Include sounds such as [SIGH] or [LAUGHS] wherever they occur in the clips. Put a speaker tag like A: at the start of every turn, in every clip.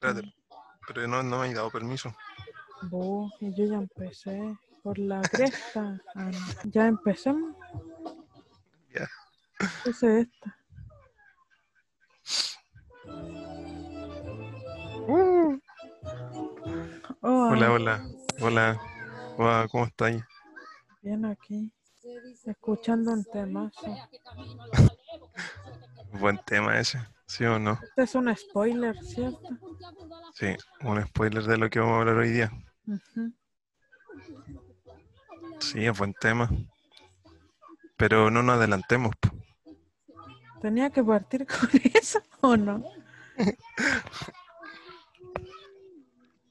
A: Espérate, pero yo no, no me he dado permiso.
B: Buh, que yo ya empecé por la cresta. Ah, no. Ya empecemos.
A: Ya.
B: ¿Qué es esta? Oh,
A: Uh. Hola, hola, hola. Hola, ¿cómo estáis?
B: Bien aquí, escuchando un temazo.
A: Buen tema ese, ¿sí o no?
B: Este es un spoiler, ¿cierto?
A: Sí, un spoiler de lo que vamos a hablar hoy día.
B: Ujú.
A: Sí, es buen tema. Pero no nos adelantemos. po.
B: ¿Tenía que partir [LAUGHS] con eso o no?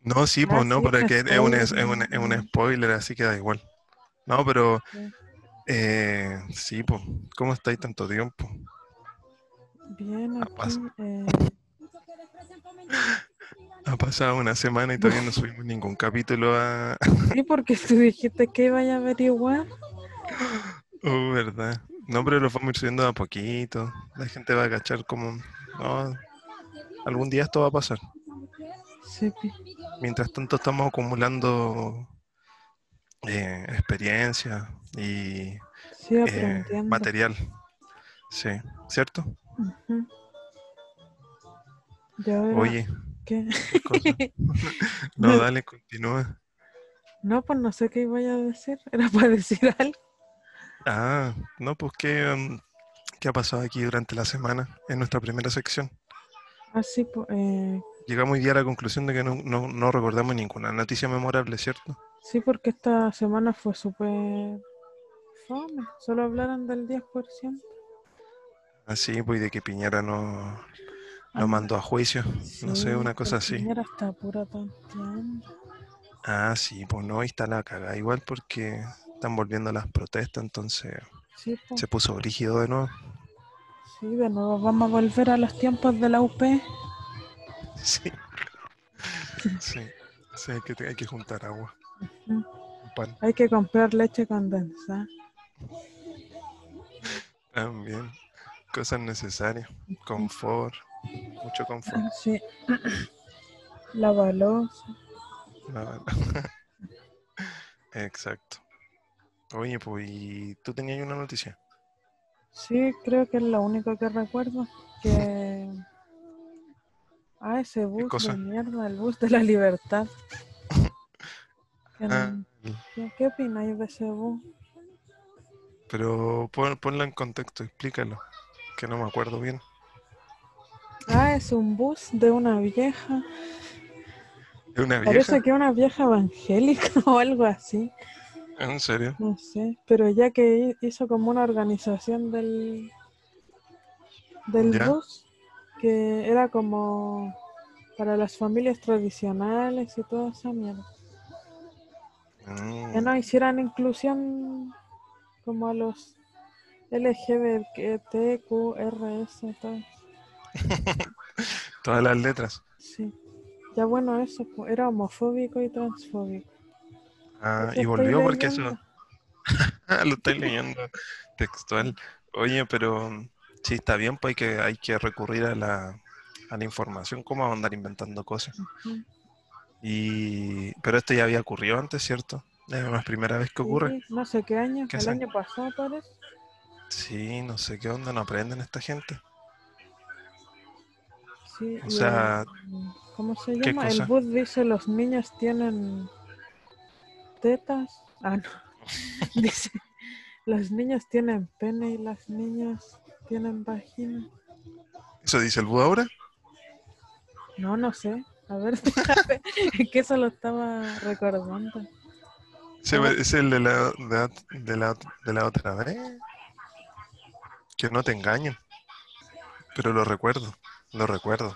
A: No, sí,
B: Ah,
A: pues no,
B: sí,
A: pero
B: es
A: que es un, es, es un,
B: spoiler.
A: es un spoiler, así que da igual. No, pero
B: Sí.
A: eh, sí, pues, ¿cómo estáis tanto tiempo?
B: Bien,
A: Ah,
B: aquí. eh,
A: Ha pasado una semana y todavía no subimos ningún capítulo a...
B: sí, porque tú dijiste que iba a averiguar.
A: Oh, verdad. No, pero lo vamos a ir subiendo de a poquito. La gente va a cachar como... No, algún día esto va a pasar.
B: Sí, pi.
A: Mientras tanto estamos acumulando eh, experiencia y eh,
B: sí aprendiendo.
A: material. Sí, ¿cierto?
B: Ujú. Y ahora,
A: Oye,
B: ¿qué? [LAUGHS]
A: ¿qué cosa? No, dale, continúa.
B: No, pues no sé qué iba a decir. [LAUGHS] Era para decir algo.
A: Ah, no, pues ¿qué, em, qué ha pasado aquí durante la semana en nuestra primera sección?
B: Así, pues, eh,
A: Llegamos hoy día a la conclusión de que no, no, no recordamos ninguna noticia memorable, ¿cierto?
B: sí, porque esta semana fue súper fome. Solo hablaron del 10%.
A: Así, pues, de que Piñera no,
B: Ah,
A: no mandó a juicio, no sé,
B: sí,
A: una
B: pero
A: cosa así.
B: Piñera está pura tonteando.
A: Ah, sí, pues no, ahí está la cagada igual porque están volviendo las protestas, entonces
B: Sí, pues,
A: se puso brígido de nuevo. [LAUGHS]
B: sí, de nuevo vamos a volver a los tiempos de la UP.
A: Sí, sí, sí, hay que, hay que juntar agua,
B: Mm,
A: pan
B: Hay que comprar leche condensada.
A: también, cosas necesarias, confort, mucho confort.
B: Ah, Sí. [CLEARS THROAT] La balosa.
A: la verdad. [LAUGHS] Exacto. Oye, pues, ¿y tú tenías una noticia?
B: Sí, creo que es lo único que recuerdo. Que. Ah, ese bus
A: cosa?
B: de mierda, el bus de la libertad. Que
A: Ah,
B: no- ¿Qué, qué opináis de ese bus?
A: pero pon- ponlo en contexto, explícalo, que no me acuerdo bien.
B: Ah, es un bus de una vieja.
A: ¿Es una vieja?
B: Parece que una vieja evangélica [LAUGHS] o algo así.
A: ¿En serio?
B: No sé. Pero ya que hi- hizo como una organización del. del
A: Ya.
B: bus. Que era como. para las familias tradicionales y toda esa mierda.
A: Mm,
B: que no hicieran inclusión como a los LGBTQRS, todo.
A: todas las letras.
B: Sí. Ya bueno, eso po, era homofóbico y transfóbico.
A: Ah,
B: Eso
A: y
B: estoy
A: volvió porque eso
B: leyendo.
A: ah, [LAUGHS] lo estoy leyendo textual. Oye, pero mm, sí, está bien, pues hay que, hay que recurrir a la, a la información, cómo andar inventando cosas.
B: Ujú.
A: Y, pero esto ya había ocurrido antes, ¿cierto? Es la primera vez que ocurre.
B: Sí, no sé qué año,
A: ¿Qué
B: el
A: saben?
B: año pasado parece.
A: Sí, no sé qué onda, no aprenden esta gente.
B: Sí,
A: O
B: y
A: sea,
B: el- ¿cómo se
A: ¿qué
B: llama? El
A: cosa?
B: bus dice los niños tienen tetas. Ah, no. [LAUGHS] Dice, los niños tienen pene y las niñas tienen vagina.
A: ¿Eso dice el búho ahora?
B: No, no sé. A ver, [LAUGHS] espérate, es que eso lo estaba recordando.
A: ¿Ese
B: Ah.
A: ¿Es el de la, de, la, de la- de la otra vez? Que no te engañen. Pero lo recuerdo, lo recuerdo.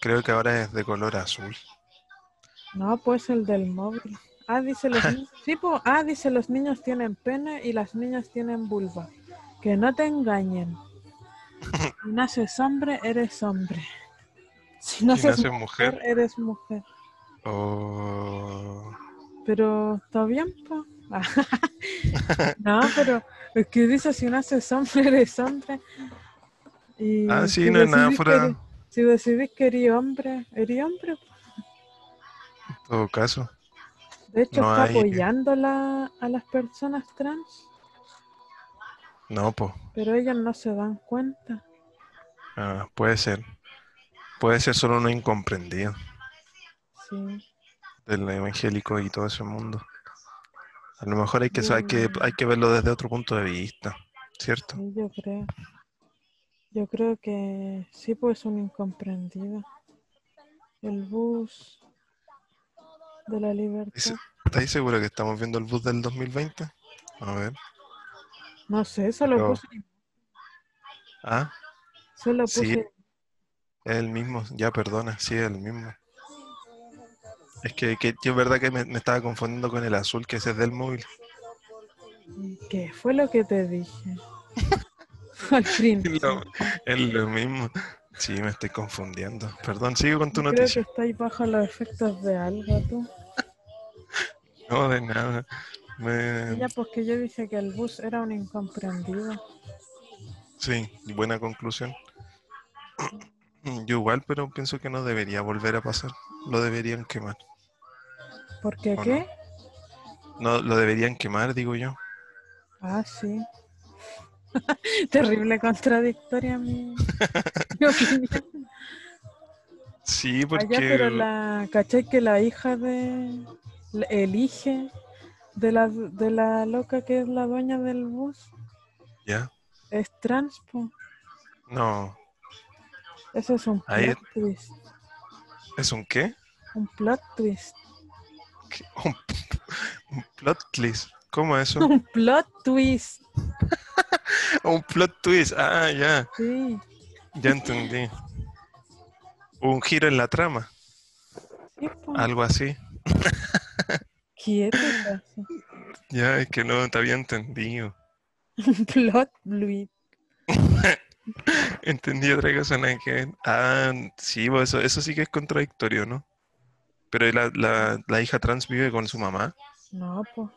A: Creo que ahora es de color azul.
B: No, pues el del móvil. Ah, dice los [LAUGHS] niños. Sí, po, ah, dice los niños tienen pene y las niñas tienen vulva. Que no te [LAUGHS] engañen. Si naces hombre, eres hombre. Si
A: Si
B: naces
A: nace
B: mujer,
A: mujer
B: eres mujer.
A: o...
B: Pero está bien, po. [LAUGHS] No, pero es que dice si naces hombre, eres hombre. Y
A: Ah, sí,
B: si
A: no es nada
B: decidís que eres-
A: fuera...
B: Si decidís que eres hombre, eres hombre.
A: En todo caso,
B: De hecho,
A: No
B: está
A: hay-
B: apoyando la- a las personas trans,
A: no, pues,
B: pero ellas no se dan cuenta.
A: Ah, puede ser. Puede ser solo uno incomprendido
B: Sí.
A: del evangélico y todo ese mundo. A lo mejor hay que, hay que,
B: Mm.
A: hay que verlo desde otro punto de vista, ¿cierto?
B: Sí, yo creo. Yo creo que sí, pues es un incomprendido. El bus de la libertad.
A: Dice- ¿Estáis seguro que estamos viendo el bus del 2020? A ver.
B: No sé, solo
A: Pero-
B: puse.
A: Ah,
B: Solo
A: Sí.
B: puse.
A: es el mismo. Ya, perdona, sí, es el mismo. Es que, que yo, verdad, que me, me estaba confundiendo con el azul, que ese es del [LAUGHS] móvil.
B: ¿Qué fue lo que te
A: [LAUGHS]
B: dije? Al principio.
A: Lo- es lo mismo. Sí, me estoy confundiendo. Perdón, sigo con tu
B: Yo Creo que
A: noticia.
B: estáis bajo los efectos de algo, tú.
A: No, de nada. Me-
B: Ya, pues que yo dije que el bus era un incomprendido.
A: Sí, buena conclusión. [CLEARS THROAT] Yo igual, pero pienso que no debería volver a pasar. Lo deberían quemar.
B: ¿Por qué
A: ¿O
B: qué?
A: No, lo deberían quemar, digo yo.
B: Ah, sí. [LAUGHS] Terrible
A: [LAUGHS]
B: contradictoria mi, mi opinión.
A: Sí, porque...
B: Allá, pero la, ¿cachai que la hija de, la- elige de la, de la loca que es la dueña del bus?
A: Ya.
B: Es transpo.
A: No.
B: Eso es un plot
A: Ahí-
B: twist.
A: ¿Es un qué?
B: Un plot twist.
A: ¿Qué? Un, [LAUGHS] un plot twist. ¿Cómo es eso?
B: Un plot twist.
A: un plot twist. Ah, ya.
B: Sí.
A: Ya entendí. Un giro en la trama.
B: sí po.
A: Algo así.
B: Quieto, caso.
A: Ya, es que no te había entendido.
B: [LAUGHS] Un plot twist.
A: Entendí otra cosa nada que ver. Ah, sí, pues eso, eso sí que es contradictorio, ¿no? Pero la, la, la hija trans vive con su mamá.
B: No, pues.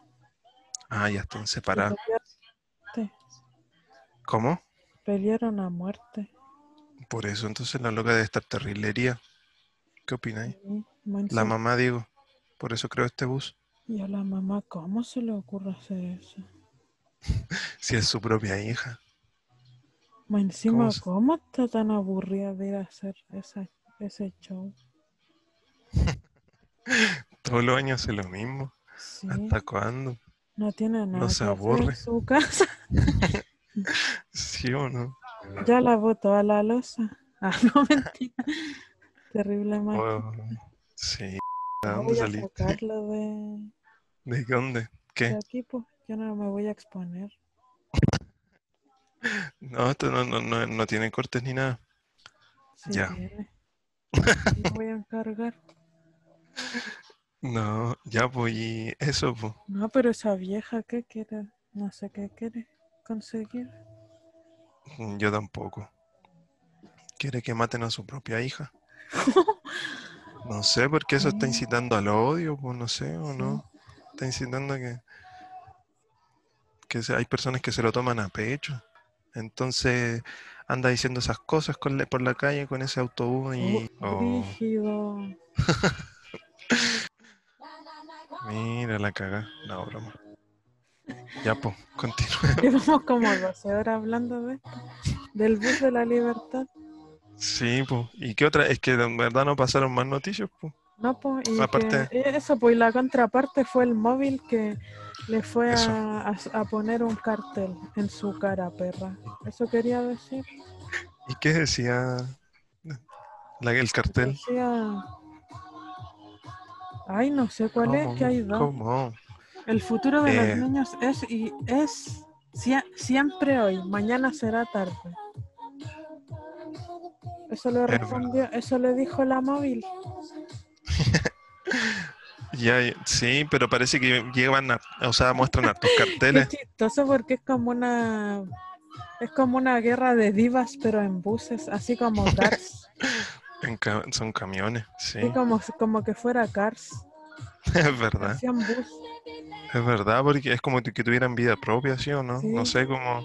A: Ah, ya están separados. ¿Cómo?
B: Pelearon a muerte.
A: Por eso entonces la loca debe estar terrible herida. ¿Qué opináis?
B: Sí, manso.
A: La mamá, digo. Por eso creo este bus.
B: Y a la mamá, ¿cómo se le ocurre hacer eso?
A: Si es su propia hija.
B: Más encima,
A: ¿Cómo se-
B: ¿cómo está tan aburrida de ir a hacer esa, ese show?
A: Todos los años hace lo mismo.
B: Sí,
A: ¿Hasta cuándo?
B: no tiene nada
A: se
B: que hacer
A: aburre.
B: en su casa. [LAUGHS]
A: ¿Sí o no?
B: Ya lavó toda la losa. [LAUGHS] Ah, no, mentira.
A: [LAUGHS]
B: Terrible mal.
A: Oh, sí. ¿De
B: No
A: dónde
B: voy a
A: salí?
B: sacarlo de,
A: ¿De dónde?
B: de
A: ¿Qué?
B: aquí, pues. Yo no me voy a exponer.
A: No, esto no, no, no, no tiene cortes ni nada.
B: Sí,
A: Ya. [LAUGHS]
B: tiene. Me voy a encargar.
A: No, ya pues y eso pues.
B: No, pero esa vieja, ¿qué quiere? No sé qué quiere conseguir.
A: Mm, Yo tampoco. ¿Quiere que maten a su propia
B: [LAUGHS]
A: hija? No sé, porque eso está
B: Mm.
A: incitando al odio, pues no sé, o
B: Sí.
A: no. Está incitando a que, que se- hay personas que se lo toman a pecho. Entonces anda diciendo esas cosas con la- por la calle con ese autobús y...
B: Oh,
A: Oh,
B: [LAUGHS] brígido.
A: mira la caga. No, broma. Ya pues, continúe.
B: Llevamos como 12 horas hablando de esto. Del bus de la libertad.
A: [LAUGHS] Sí, pues. ¿Y qué otra? Es que en verdad no pasaron más noticias, pues.
B: No, pues, y
A: Aparte-
B: que- eh, eso, pues, y la contraparte fue el móvil que le fue
A: Eso.
B: a, a- a poner un cartel en su cara, perra. Eso quería decir.
A: ¿Y qué decía la- el cartel?
B: Decía... Ay, no sé cuál es, que hay dos.
A: ¿Cómo?
B: El futuro de
A: Eh.
B: los niños es y es sie- siempre hoy, mañana será tarde. Eso le
A: Es verdad.
B: respondió, eso le dijo la móvil.
A: Ya, ya, sí, pero parece que llevan, a- o sea, muestran hartos
B: Qué [LAUGHS]
A: carteles.
B: chistoso porque es como una es como una guerra de divas pero en buses, así como
A: [LAUGHS]
B: Cars,
A: en ca- son camiones, sí.
B: así como como que fuera Cars,
A: [LAUGHS] Es verdad,
B: hacían bus.
A: es verdad, porque es como que tuvieran vida propia, ¿sí o no?
B: Sí.
A: No sé cómo.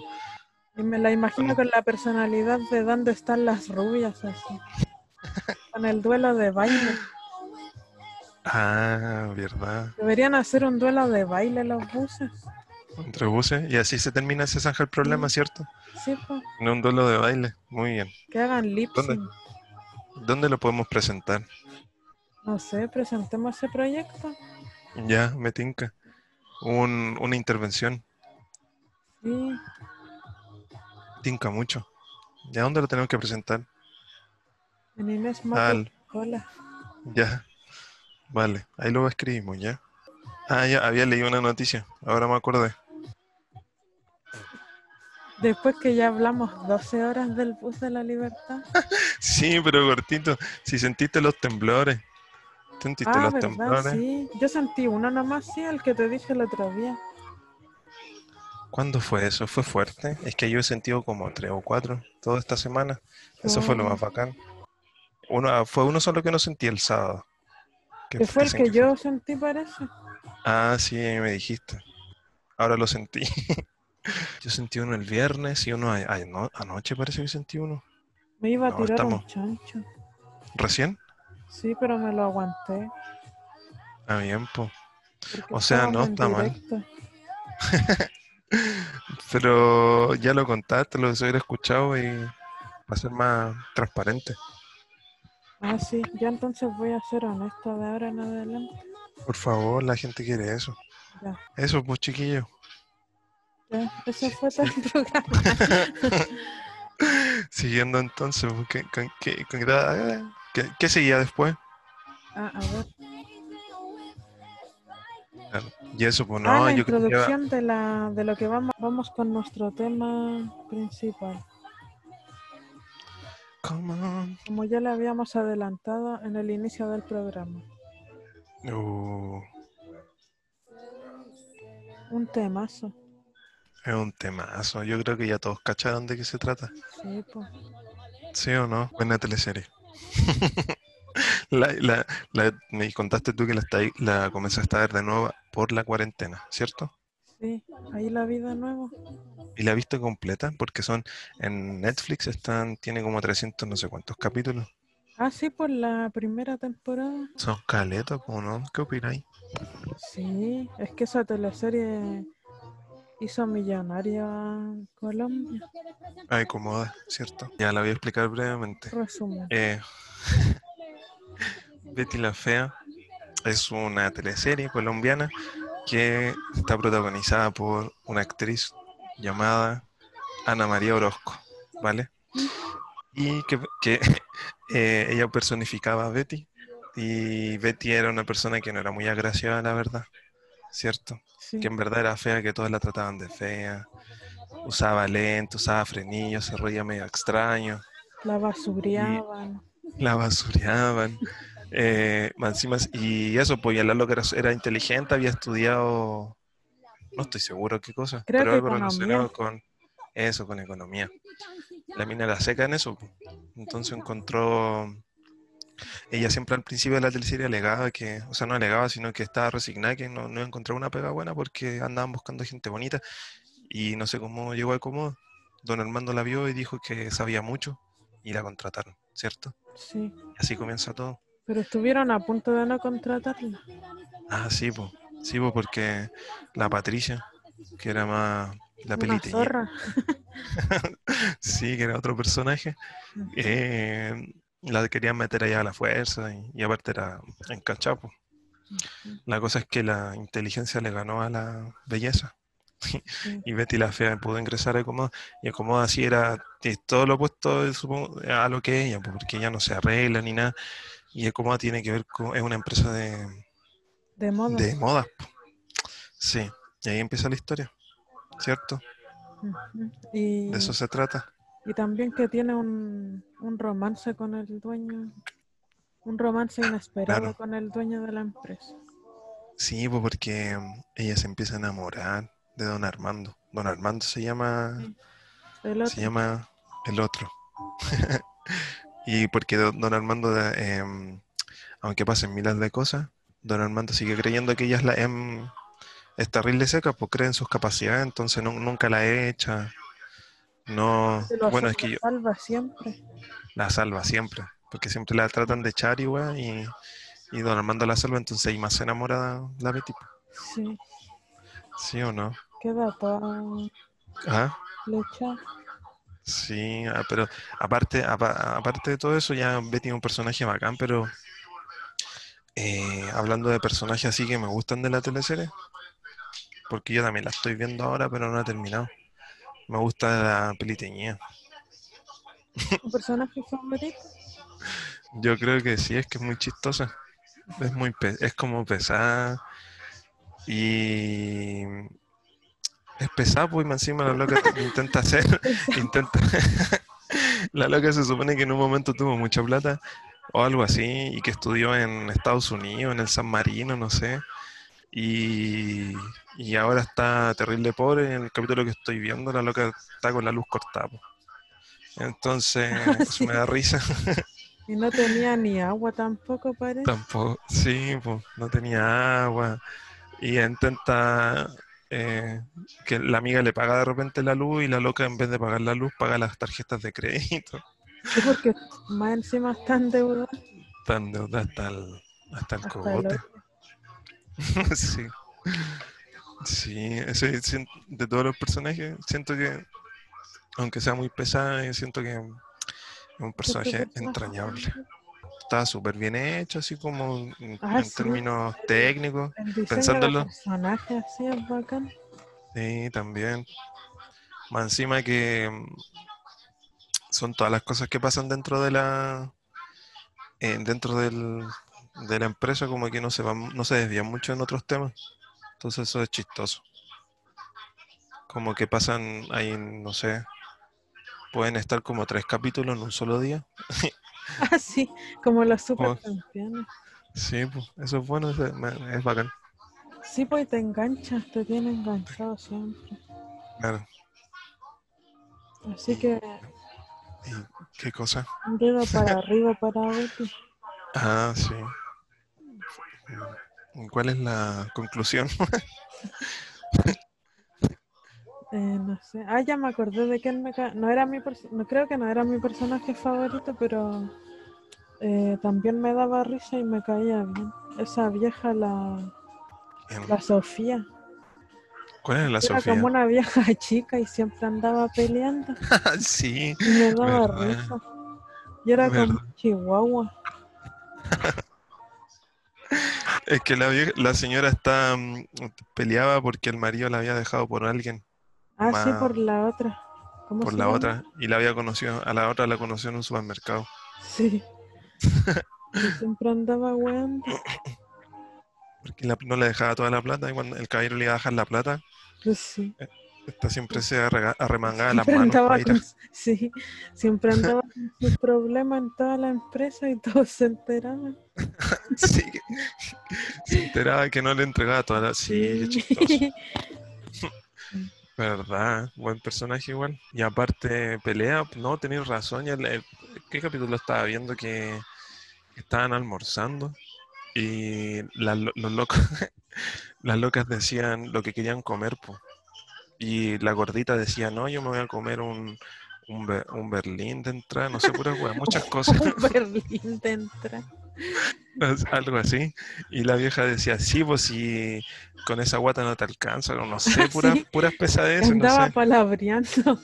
B: Y me la imagino con la personalidad de dónde están las rubias así. Con el duelo de baile.
A: Ah, verdad.
B: Deberían hacer un duelo de baile los buses.
A: Entre buses. Y así se termina, se zanja el problema, ¿cierto?
B: Sí, pues.
A: En un duelo de baile. Muy bien.
B: Que hagan lip
A: ¿Dónde?
B: sync.
A: ¿Dónde lo podemos presentar?
B: No sé, presentemos ese proyecto.
A: Ya, me tinca. Un- una intervención.
B: Sí.
A: Tinca mucho. ¿Ya dónde lo tenemos que presentar?
B: En Inés Mata
A: Al,
B: Cola.
A: ya. Vale, ahí lo escribimos, ¿ya? Ah, ya, había leído una noticia. Ahora me acordé.
B: Después que ya hablamos 12 horas del bus de la libertad.
A: Sí, pero cortito. Si sentiste los temblores. Sentiste
B: Ah,
A: los
B: verdad,
A: temblores.
B: sí. Yo sentí uno nomás, sí, el que te dije el otro día.
A: ¿Cuándo fue eso? ¿Fue fuerte? Es que yo he sentido como tres o cuatro toda esta semana. Eso fue lo
B: Oh.
A: más bacán. Uno, ah, fue uno solo que no sentí el sábado.
B: Que fue el
A: dicen
B: que yo sentí, parece.
A: Ah, sí, me dijiste. Ahora lo sentí. [LAUGHS] Yo sentí uno el viernes y uno a- a- no- anoche parece que sentí uno.
B: Me iba a
A: No,
B: tirar un
A: estamos.
B: chancho.
A: ¿Recién?
B: Sí, pero me lo aguanté.
A: A bien, po.
B: porque
A: O sea, no
B: estábamos en
A: está mal.
B: directo.
A: Pero ya lo contaste, lo hubiera escuchado y va a ser más transparente.
B: Ah, sí. Yo entonces voy a ser honesta de ahora en adelante.
A: Por favor, la gente quiere eso.
B: Ya.
A: Eso, pues, chiquillo.
B: Ya, Eso fue todo el [LAUGHS] programa.
A: Siguiendo entonces, pues, ¿qué, con- qué- con qué- qué- qué seguía después?
B: Ah, a ver.
A: Y eso, pues,
B: ah,
A: no,
B: la
A: yo creo que va-
B: introducción de, la, de lo que vamos, vamos con nuestro tema principal.
A: Come on.
B: Como ya le habíamos adelantado en el inicio del programa.
A: Uh,
B: Un temazo.
A: es un temazo. Yo creo que ya todos cacharon de qué se trata.
B: Sí, po.
A: ¿Sí o no? Buena teleserie. la, la- la- me contaste tú que la, estáis- la comenzaste a ver de nuevo por la cuarentena, ¿cierto?
B: Sí, ahí la vi de nuevo.
A: Y la viste completa porque son en Netflix están tiene como 300 no sé cuántos capítulos.
B: Ah, sí, por la primera temporada.
A: Son caletas, ¿o no? ¿Qué opináis?
B: Sí, es que esa teleserie hizo millonaria a Colombia.
A: Ay, cómoda, ¿cierto? Ya la voy a explicar brevemente.
B: Resumen.
A: Eh, [LAUGHS] Betty la Fea es una teleserie colombiana que está protagonizada por una actriz llamada Ana María Orozco, ¿vale? Y que, que, [LAUGHS] eh, ella personificaba a Betty y Betty era una persona que no era muy agraciada, la verdad, ¿cierto?
B: Sí,
A: que en verdad era fea, que todos la trataban de fea, usaba lento, usaba frenillos, se reía medio extraño,
B: la basureaban.
A: la basureaban. eh, más encima- y eso, pues ya la loca era, era inteligente, había estudiado, no estoy seguro qué cosa,
B: Creo
A: pero
B: que
A: algo
B: economía.
A: relacionado con eso, con economía. La mina era seca en eso, pues. entonces encontró... Ella siempre al principio de la teleserie alegaba que, o sea, no alegaba, sino que estaba resignada, que no, no encontraba una pega buena porque andaban buscando gente bonita y no sé cómo llegó a Comodo. Don Armando la vio y dijo que sabía mucho y la contrataron, ¿cierto?
B: Sí,
A: Y así comienza todo.
B: pero estuvieron a punto de no contratarla.
A: Ah, sí, po. Sí, po, porque la Patricia, que era más la
B: Una
A: peliteña.
B: zorra.
A: [LAUGHS] Sí, que era otro personaje. eh, la querían meter allá a la fuerza y, y aparte era en cachapo. La cosa es que la inteligencia le ganó a la belleza. [LAUGHS] Y Betty la Fea pudo ingresar a Comoda. Y Comoda así era t- todo lo opuesto eh, supongo, a lo que es ella, po, porque ella no se arregla ni nada. Y Comoda tiene que ver con. Es una empresa de,
B: De moda.
A: de modas. po. Sí, y ahí empieza la historia, ¿cierto?
B: Ujú. Y,
A: De eso se trata.
B: y también que tiene un, un romance con el dueño. Un romance inesperado
A: Claro.
B: con el dueño de la empresa.
A: Sí, pues porque mm, ella se empieza a enamorar de don Armando. Don Armando se llama,
B: Sí, El otro.
A: se llama el otro. [LAUGHS] y porque don, don Armando, eh, em, aunque pasen miles de cosas, don Armando sigue creyendo que ella es la em, es terrible seca, pues cree en sus capacidades, entonces nu- nunca la echa. No,
B: Se lo
A: bueno, es
B: hace-
A: que yo,
B: salva siempre.
A: la salva siempre. Porque siempre la tratan de Chari, weón, y, y don Armando la salva, entonces ahí más se enamora la Betty.
B: Sí,
A: ¿Sí o no?
B: queda todo
A: Ah, [LAUGHS]
B: flecha.
A: sí, ah, pero aparte, apa- aparte de todo eso, ya Betty es un personaje bacán, pero eh, hablando de personajes así que me gustan de la teleserie, porque yo también la estoy viendo ahora, pero no la he terminado. Me gusta la peliteñía.
B: ¿Tu personaje favorito?
A: Yo creo que sí, es que es muy chistosa. Es muy pe- es como pesada. Y es pesada, pues y más encima la loca [LAUGHS] intenta hacer, intenta. [LAUGHS] La loca se supone que en un momento tuvo mucha plata o algo así, y que estudió en Estados Unidos, en el San Marino, no sé. Y, y ahora está terrible pobre. En el capítulo que estoy viendo, la loca está con la luz cortada. pues. Entonces, pues, me da risa.
B: Y no tenía ni agua tampoco, parece.
A: Tampoco, sí, po, no tenía agua. Y intenta eh, que la amiga le paga de repente la luz y la loca en vez de pagar la luz paga las tarjetas de crédito.
B: Sí, porque más encima está este endeudado.
A: Está en deuda hasta el, hasta el
B: Hasta el
A: cogote. [LAUGHS] sí. Sí, ese, sien- de todos los personajes, siento que, aunque sea muy pesada, yo siento que es un personaje entrañable. Está súper bien hecho, así como en,
B: Ah,
A: en
B: sí.
A: términos técnicos.
B: El diseño
A: Pensándolo.
B: del personaje así es bacán. [LAUGHS]
A: Sí, también. Más encima que mm, son todas las cosas que pasan dentro de la eh, dentro del, de la empresa, como que no se van, no se desvían mucho en otros temas. Entonces eso es chistoso. Como que pasan ahí, no sé, pueden estar como tres capítulos en un solo día.
B: Así, Ah, como los
A: Como-
B: supercampeones.
A: Sí, pues, eso es bueno, eso es, me- es bacán.
B: Sí, pues te enganchas, te tiene enganchado siempre.
A: Claro.
B: Así que
A: ¿Y qué cosa?
B: un dedo para arriba para Betty.
A: Ah, sí. ¿Y ¿Cuál es la conclusión?
B: Eh, no sé. Ah, ya me acordé de quién me ca- No era mi perso- no creo que no era mi personaje favorito, pero eh, también me daba risa y me caía bien. Esa vieja, la,
A: Em,
B: la Sofía.
A: ¿Cuál es la
B: Era
A: Sofía?
B: como una vieja [LAUGHS] chica y siempre andaba peleando.
A: [LAUGHS] sí,
B: Y me daba
A: Verdad.
B: risa. Y era como
A: Verdad.
B: Chihuahua.
A: es que la, vie- la señora está mm, peleaba porque el marido la había dejado por alguien,
B: Ah, sí,
A: Ma-
B: por la otra. ¿Cómo
A: por
B: se
A: la
B: llama?
A: otra, y la había conocido, a la otra la conoció en un supermercado.
B: Sí. Y siempre andaba weando.
A: Porque la- no le dejaba toda la plata y cuando el caballero le iba a dejar la plata,
B: Pues sí.
A: esta siempre se arrega- arremangaba las
B: Siempre
A: manos.
B: andaba,
A: para ir a-
B: con, sí, siempre andaba con sus problemas en toda la empresa y todos se enteraban.
A: [LAUGHS] Sí, se enteraba que no le entregaba toda la... Sí, qué chistoso.
B: [LAUGHS]
A: ¿Verdad? Buen personaje igual. Y aparte, pelea, no, tenéis razón. ya le- ¿Qué capítulo estaba viendo que estaban almorzando? Y las lo- los locos, [LAUGHS] las locas decían lo que querían comer, po. Y la gordita decía, no, yo me voy a comer un, un, be- un berlín de entrada, no sé, pura wea, muchas cosas, [LAUGHS]
B: [LAUGHS] Un Berlín de entrada.
A: algo así. Y la vieja decía, sí, pues si con esa guata no te alcanza, no sé, puras,
B: Sí.
A: puras pesadeces, no
B: Andaba
A: sé.
B: palabreando.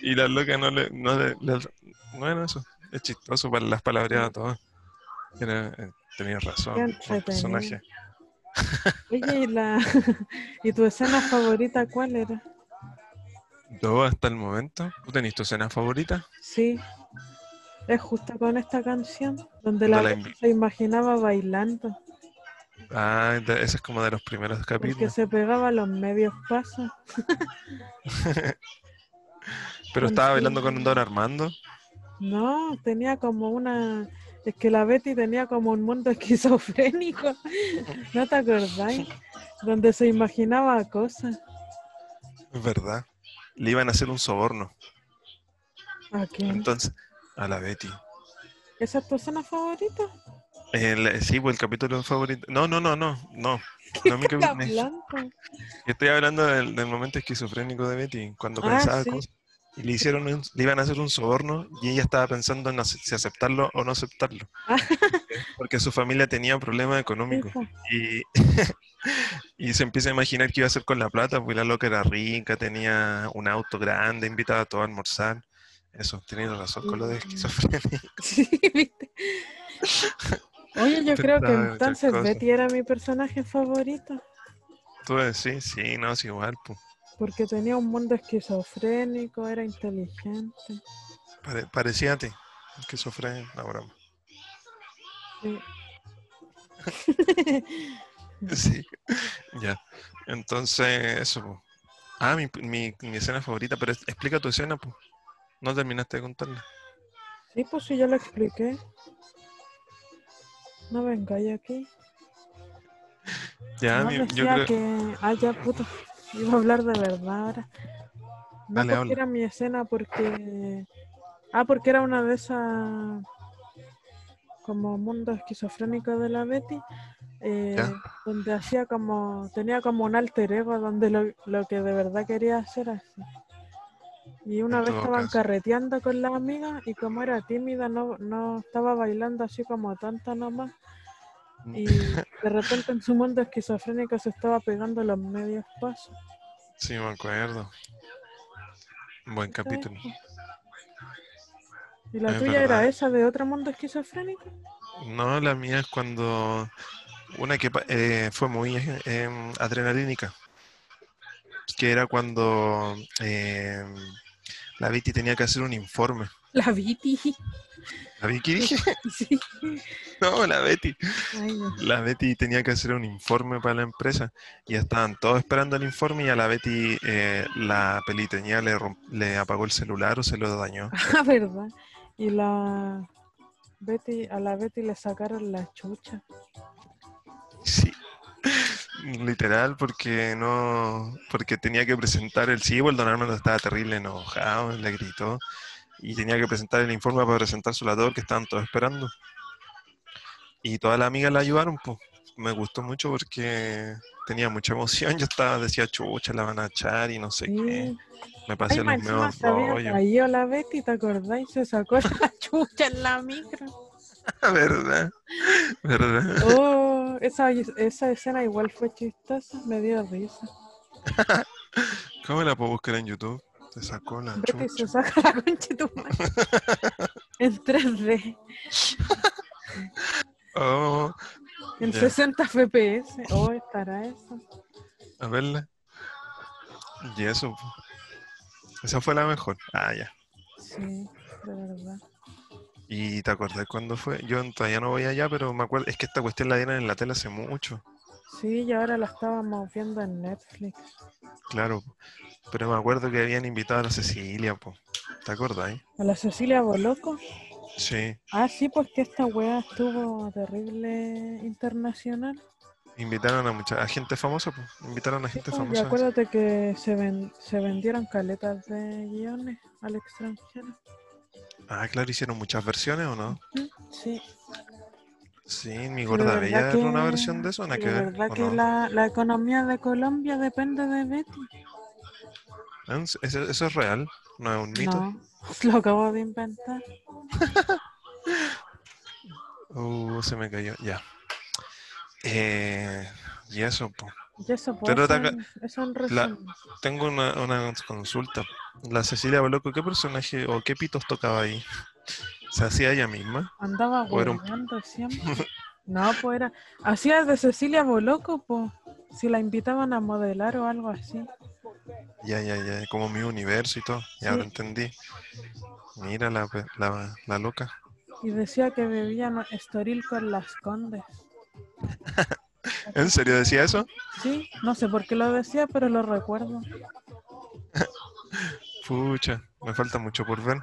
A: Y las locas no le, no le, le- bueno, eso es chistoso para las palabreadas a todas. Era, eh, tenías
B: Qué
A: razón, buen
B: entretenido.
A: personaje.
B: Oye, ¿y, la, [LAUGHS] ¿y tu escena favorita cuál era?
A: Yo hasta el momento, ¿tú tenés tu escena favorita?
B: Sí, es justo con esta canción, donde
A: No
B: la
A: la
B: vieja
A: invi-
B: se imaginaba bailando,
A: Ah, de- ese es como de los primeros
B: porque
A: capítulos.
B: se pegaba los medios pasos.
A: Pero
B: con
A: estaba
B: su-
A: bailando con un don Armando.
B: No, tenía como una. Es que la Betty tenía como un mundo [LAUGHS] esquizofrénico. ¿No te acordáis? Donde se imaginaba cosas.
A: Es verdad. Le iban a hacer un soborno.
B: ¿A quién?
A: Entonces, a la Betty.
B: ¿Esa es tu escena favorita?
A: El, sí, pues el capítulo favorito. No, no, no, no, no.
B: ¿Qué
A: No, [LAUGHS] mi
B: estás
A: capítulo-
B: hablando?
A: Estoy hablando del, del momento esquizofrénico de Betty, cuando
B: Ah,
A: pensaba
B: sí.
A: cosas. Y le hicieron un- le iban a hacer un soborno y ella estaba pensando en ace- si aceptarlo o no aceptarlo.
B: Ah.
A: [LAUGHS] Porque su familia tenía problemas económicos.
B: Hijo,
A: Y, [LAUGHS] y se empieza a imaginar qué iba a hacer con la plata, porque la loca era rica, tenía un auto grande, invitaba a todo a almorzar. Eso, tenía razón con lo
B: Mm.
A: de esquizofrenia.
B: [LAUGHS]
A: [LAUGHS]
B: sí, ¿viste? Oye, yo creo que
A: Pensaba en
B: entonces
A: otras cosas.
B: Betty era mi personaje favorito.
A: Tú decís, sí, no, es igual, pues, pu.
B: Porque tenía un mundo esquizofrénico, era inteligente.
A: Pare- parecía a ti, esquizofrenia, no, broma.
B: Sí. [LAUGHS]
A: [LAUGHS] Sí, ya. Entonces, eso. po. Ah, mi, mi- mi escena favorita, pero es- explica tu escena, pues. No terminaste de contarla.
B: Sí, pues sí, yo lo expliqué. No vengáis aquí.
A: Ya,
B: no
A: mi- yo
B: decía
A: creo.
B: que. Ah, ya, puta. Iba a hablar de verdad ahora. No
A: Dale,
B: porque
A: habla.
B: era mi escena, porque. Ah, porque era una de esas. Como mundo esquizofrénico de la Betty. eh,
A: Ya.
B: donde hacía como. Tenía como un alter ego donde lo, lo que de verdad quería hacer así. Y una
A: En
B: vez
A: todo
B: estaban
A: caso.
B: carreteando con las amigas y como era tímida, no, no estaba bailando así como tonta nomás.
A: [LAUGHS]
B: Y de repente en su mundo esquizofrénico se estaba pegando los medios pasos.
A: Sí, me acuerdo. Buen capítulo.
B: ¿Y la
A: Es
B: tuya
A: verdad.
B: era esa de otro mundo esquizofrénico?
A: No, la mía es cuando una que pa- eh, fue muy eh, adrenalínica, que era cuando eh, la Viti tenía que hacer un informe.
B: La Viti.
A: ¿La Vicky dije?
B: [LAUGHS]
A: [LAUGHS]
B: Sí.
A: No, la Betty.
B: Ay, no. [LAUGHS]
A: La Betty tenía que hacer un informe para la empresa y ya estaban todos esperando el informe y a la Betty eh, la peliteñía le, romp- le apagó el celular o se lo dañó.
B: Ah, verdad. Y la Betty, a la Betty le sacaron la chucha.
A: Sí. Literal, porque no, porque tenía que presentar el sí, pues, el don Armando estaba terrible enojado, le gritó, y tenía que presentar el informe para presentar su labor que estaban todos esperando. Y todas las amigas la ayudaron, pues. Me gustó mucho porque tenía mucha emoción, yo estaba, decía, chucha, la van a echar y no sé qué.
B: Sí.
A: Me
B: Ay,
A: pasé
B: más
A: los
B: encima
A: meos
B: se había
A: rollos.
B: caído la Betty, ¿te acordáis? Se sacó la [LAUGHS] chucha en la micro.
A: ¿Verdad? ¿Verdad?
B: Oh, esa, esa escena igual fue chistosa, me dio risa.
A: ¿Cómo la puedo buscar en YouTube? Te sacó la
B: Betty se
A: chucha.
B: saca la concha de tu
A: [LAUGHS]
B: madre. En 3D,
A: Oh,
B: en
A: Ya.
B: 60 FPS. Oh, estará eso.
A: A verla. Y eso. po. Esa fue la mejor. Ah, ya.
B: Sí, de verdad.
A: ¿Y te acordás cuándo fue? Yo en- todavía no voy allá, pero me acuerdo. Es que esta cuestión la dieron en la tele hace mucho.
B: Sí, y ahora la estábamos viendo en Netflix.
A: Claro. po. Pero me acuerdo que habían invitado a la Cecilia, po. ¿Te acordás? eh?
B: ¿A la Cecilia Boloco?
A: Sí.
B: Ah, sí, porque esta wea estuvo terrible internacional.
A: Invitaron a mucha a gente famosa, po. Invitaron a
B: Sí,
A: gente
B: pues, y
A: famosa.
B: acuérdate que se, ven- se vendieron caletas de guiones al extranjero.
A: Ah, claro, hicieron muchas versiones, ¿o no?
B: Mm, Sí,
A: Sí, mi
B: de
A: gorda
B: verdad
A: bella era
B: que-
A: una versión de eso, nada
B: la
A: que ver,
B: verdad
A: ¿o
B: que
A: no?
B: la, la economía de Colombia depende de Betty.
A: ¿En- ¿Eh? ¿Eso, eso es real? ¿No es un mito?
B: No, [LAUGHS] lo acabo de inventar.
A: Uh, se me cayó, ya. Eh, y eso, po.
B: Y eso pues,
A: Pero
B: eso
A: taca-
B: es- es un
A: la-
B: resumen.
A: tengo una, una consulta. La Cecilia Boloco, ¿qué personaje o qué pitos tocaba ahí? ¿Se hacía ella misma?
B: Andaba
A: o era un-
B: hueveando
A: [LAUGHS]
B: siempre. No, pues era... Hacía de Cecilia Boloco, pues. Si la invitaban a modelar o algo así.
A: Ya, ya, ya, como mi universo y todo. Ya lo
B: Sí.
A: entendí. Mira la, pe- la, la loca.
B: Y decía que bebían estoril con las condes.
A: ¿En serio decía eso?
B: Sí, no sé por qué lo decía, pero lo recuerdo.
A: Pucha, me falta mucho por ver.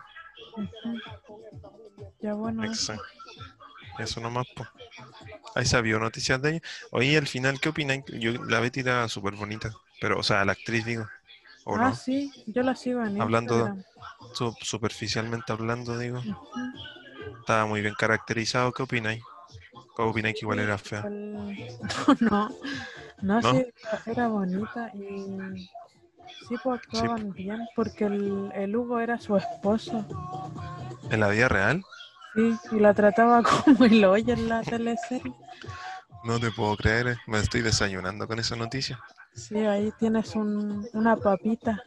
B: Ujú. Ya bueno,
A: Exacto. Eso nomás, po. Ahí sabía noticias de ella. Oye, al final, ¿qué opináis? Yo, la Betty era súper bonita, pero, o sea, la actriz, digo. ¿O
B: ah,
A: no?
B: sí, yo la sigo en
A: Hablando de-
B: Instagram.
A: Su- superficialmente hablando, digo.
B: Ujú.
A: Estaba muy bien caracterizado. ¿Qué opináis? ¿Qué opináis que igual era fea?
B: Igual- [LAUGHS] No, no,
A: ¿No?
B: sí, era bonita y Sí, pues actuaban bien, porque el, el Hugo era su esposo.
A: ¿En la vida real?
B: Sí, y la trataba [LAUGHS] como el hoyo en la teleserie.
A: No te puedo creer, eh. me estoy desayunando con esa noticia.
B: Sí, ahí tienes un, una papita.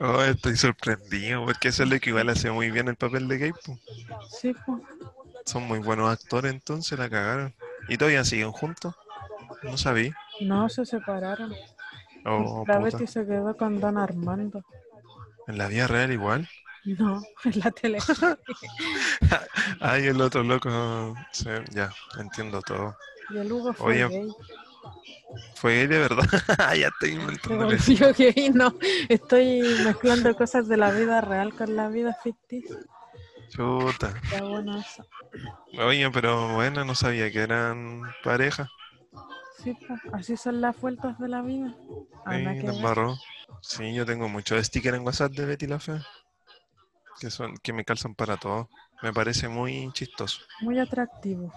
A: Oh, estoy sorprendido, porque eso es lo que igual hace muy bien el papel de gay. po.
B: Sí, pues.
A: Son muy buenos actores, entonces la cagaron. ¿Y todavía siguen juntos? No sabía.
B: No, se separaron.
A: Oh,
B: la
A: puta.
B: Betty se quedó con Don Armando. [LAUGHS]
A: ¿En la vida real igual?
B: No, en la tele.
A: Ay, el otro loco. sí, ya, entiendo todo.
B: Y el Hugo fue
A: Oye,
B: gay.
A: Fue él de verdad. [LAUGHS] ya estoy
B: Se
A: inventando.
B: volvió [LAUGHS] gay, no. Estoy mezclando cosas de la vida real con la vida ficticia.
A: Chuta.
B: Está bueno eso.
A: Oye, pero bueno, no sabía que eran pareja.
B: Sí, pues, así son las vueltas de la vida. Ah, nada
A: Sí,
B: que
A: la
B: ver.
A: embarró. Sí, yo tengo muchos stickers en WhatsApp de Betty la Fea. Que son, que me calzan para todo. Me parece muy chistoso.
B: Muy atractivo.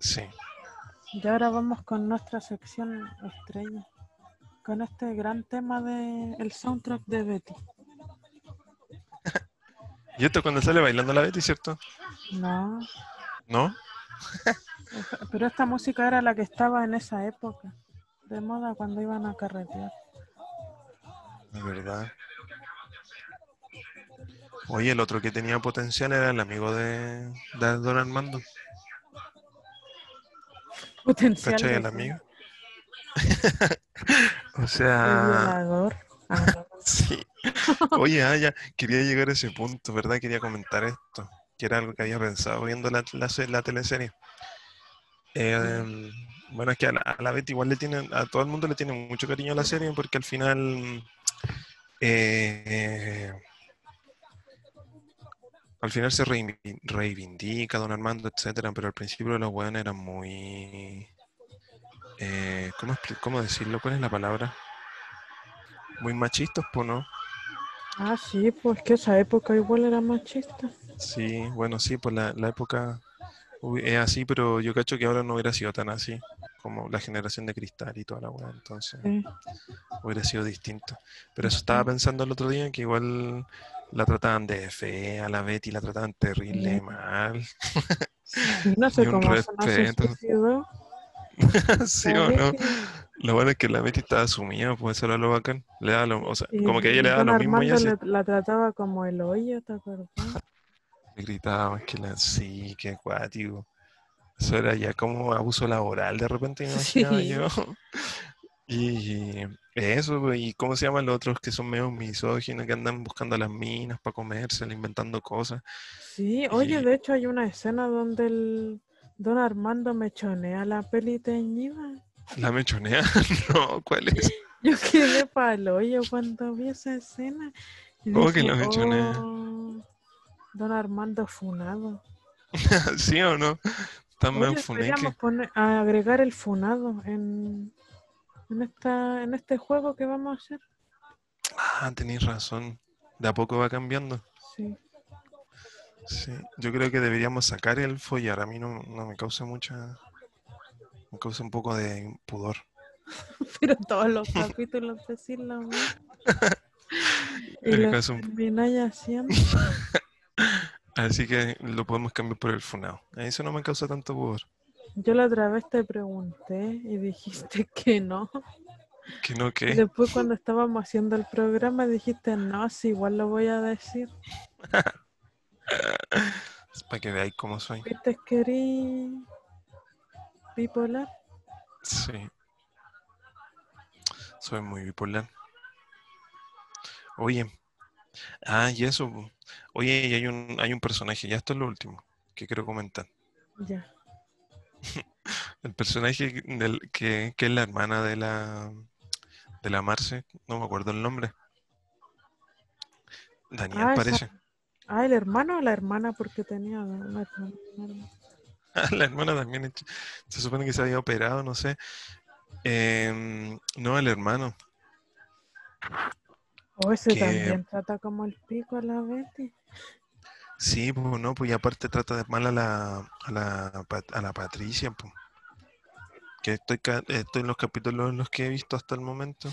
A: Sí.
B: Y ahora vamos con nuestra sección estrella. Con este gran tema de el soundtrack de Betty.
A: Y esto cuando sale bailando la Betty, ¿cierto?
B: No,
A: ¿No?
B: Esa- Pero esta música era la que estaba en esa época, de moda cuando iban a carretear.
A: De verdad. Oye, el otro que tenía potencial era el amigo de, de Don Armando.
B: Potencial.
A: ¿Cachai?
B: de
A: El
B: ser
A: amigo. [LAUGHS] o
B: de
A: sea,
B: violador. Ah, no.
A: sí. Oye, ah, ya, quería llegar a ese punto, ¿verdad? Quería comentar esto, que era algo que había pensado viendo la, la, se- la teleserie. Eh, bueno, es que a la, a la Betty igual le tienen, a todo el mundo le tiene mucho cariño a la serie porque al final, eh, al final se reinvi- reivindica Don Armando, etcétera, pero al principio los weones eran muy, eh, ¿cómo, expli- cómo decirlo? ¿Cuál es la palabra? Muy machistas, pues, ¿no?
B: Ah, sí, pues que esa época igual era machista.
A: Sí, bueno, sí, pues la, la época hubi- es así, pero yo cacho que ahora no hubiera sido tan así, como la generación de cristal y toda la weá, entonces
B: Sí.
A: hubiera sido distinto. Pero eso estaba pensando el otro día, que igual la trataban de fea, la Betty la trataban terrible,
B: Sí.
A: mal, [LAUGHS]
B: No sé
A: Y un
B: cómo sonó se
A: respeto.
B: suicidó.
A: ¿sí
B: La
A: o no?
B: Betty
A: Lo bueno es que la Betty estaba sumida, pues eso era lo bacán, le daba lo, o sea,
B: y
A: como que a ella le daba
B: don
A: lo mismo y
B: Armando
A: ella se
B: le- la trataba como el hoyo, ¿te acuerdas?
A: gritaba, es que la, sí, qué acuático. Eso era ya como abuso laboral de repente, me imaginaba
B: Sí.
A: yo. [LAUGHS] Y eso, pues, y cómo se llaman los otros que son medio misóginos, que andan buscando a las minas para comérselas, inventando cosas.
B: Sí, oye,
A: Y-
B: de hecho hay una escena donde el don Armando mechonea la peli teñida.
A: La mechonea, [LAUGHS] no, ¿cuál es?
B: [LAUGHS]
A: [LAUGHS]
B: Yo quedé pa'l hoyo cuando vi esa escena. Y
A: ¿Cómo que
B: dije,
A: lo mencioné?
B: "Oh, Don Armando Funado.
A: ¿Sí o no? Están medio
B: Oye,
A: funeque.
B: deberíamos poner- a agregar el Funado en, en, esta, en este juego que vamos a hacer.
A: Ah, tenéis razón. De a poco va cambiando.
B: Sí. [LAUGHS]
A: Sí. Yo creo que deberíamos sacar el follar. A mí no, no me causa mucha. Me causa un poco de pudor.
B: Pero todos los
A: [LAUGHS]
B: capítulos decir lo mismo. Y
A: Eh,
B: lo
A: causa un-
B: termináis haciendo.
A: Así que lo podemos cambiar por el funado. Eso no me causa tanto pudor.
B: Yo la otra vez te pregunté y dijiste [LAUGHS] que no.
A: Que no,
B: Y
A: que.
B: después cuando estábamos haciendo el programa dijiste, no, sí, igual lo voy a decir.
A: Para que veáis cómo soy.
B: ¿Viste que erí bipolar?
A: Sí. Soy muy bipolar. Oye. Ah, y eso. po. Oye, y hay un, hay un personaje, ya esto es lo último que quiero comentar.
B: Ya.
A: El personaje que- del, que, que es la hermana de la de la Marce, no me acuerdo el nombre. Daniel
B: Ah, esa-
A: parece.
B: Ah, el hermano o la hermana, porque tenía una hermana. una hermana.
A: [LAUGHS] La hermana también es ch- se supone que se había operado, no sé. Em, no, el hermano.
B: O ese
A: Que-
B: también trata como el pico a la Betty.
A: Sí, pues no, pues y aparte trata de mal a la, a la, Pat- a la Patricia, pues. que estoy, ca- estoy en los capítulos en los que he visto hasta el momento,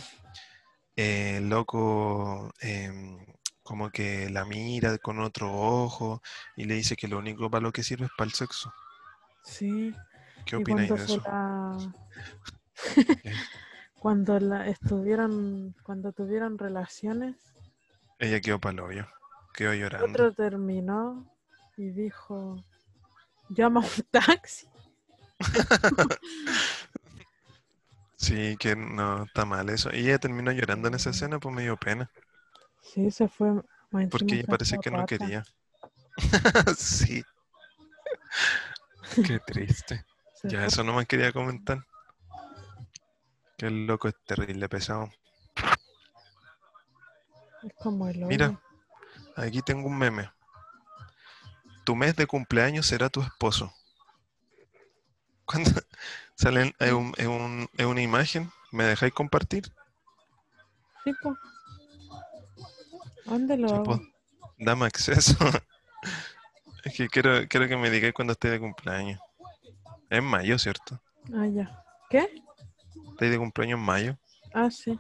A: eh, el loco em, como que la mira con otro ojo y le dice que lo único para lo que sirve es para el sexo.
B: Sí.
A: ¿Qué
B: y
A: opináis
B: cuando
A: de
B: se
A: eso? [LAUGHS]
B: la- [LAUGHS] cuando la estuvieron, cuando tuvieron relaciones,
A: Ella quedó para el hoyo, quedó llorando.
B: otro terminó y dijo, llama un taxi.
A: Sí, que no está mal eso. Y ella terminó llorando en esa escena, pues me dio pena,
B: Sí, se fue. más encima
A: porque ella
B: se
A: parece
B: fue
A: que no
B: rata.
A: quería. [LAUGHS] Sí. Qué triste.
B: Se
A: Ya
B: fue-
A: eso nomás quería comentar. Que el loco es terrible, pesado.
B: Es como el
A: Mira.
B: hoyo.
A: Aquí tengo un meme. Tu mes de cumpleaños será tu esposo. [LAUGHS] Cuando salen, es, un- es un- es una imagen. ¿Me dejáis compartir?
B: Sí, po. ¿Dónde lo
A: Sí, pues.
B: hago?
A: po. Dame acceso. [LAUGHS] Es que quiero, quiero que me digáis cuando esté de cumpleaños. Es mayo, ¿cierto?
B: Ah, ya. ¿Qué?
A: ¿Estáis de cumpleaños en mayo?
B: Ah, sí.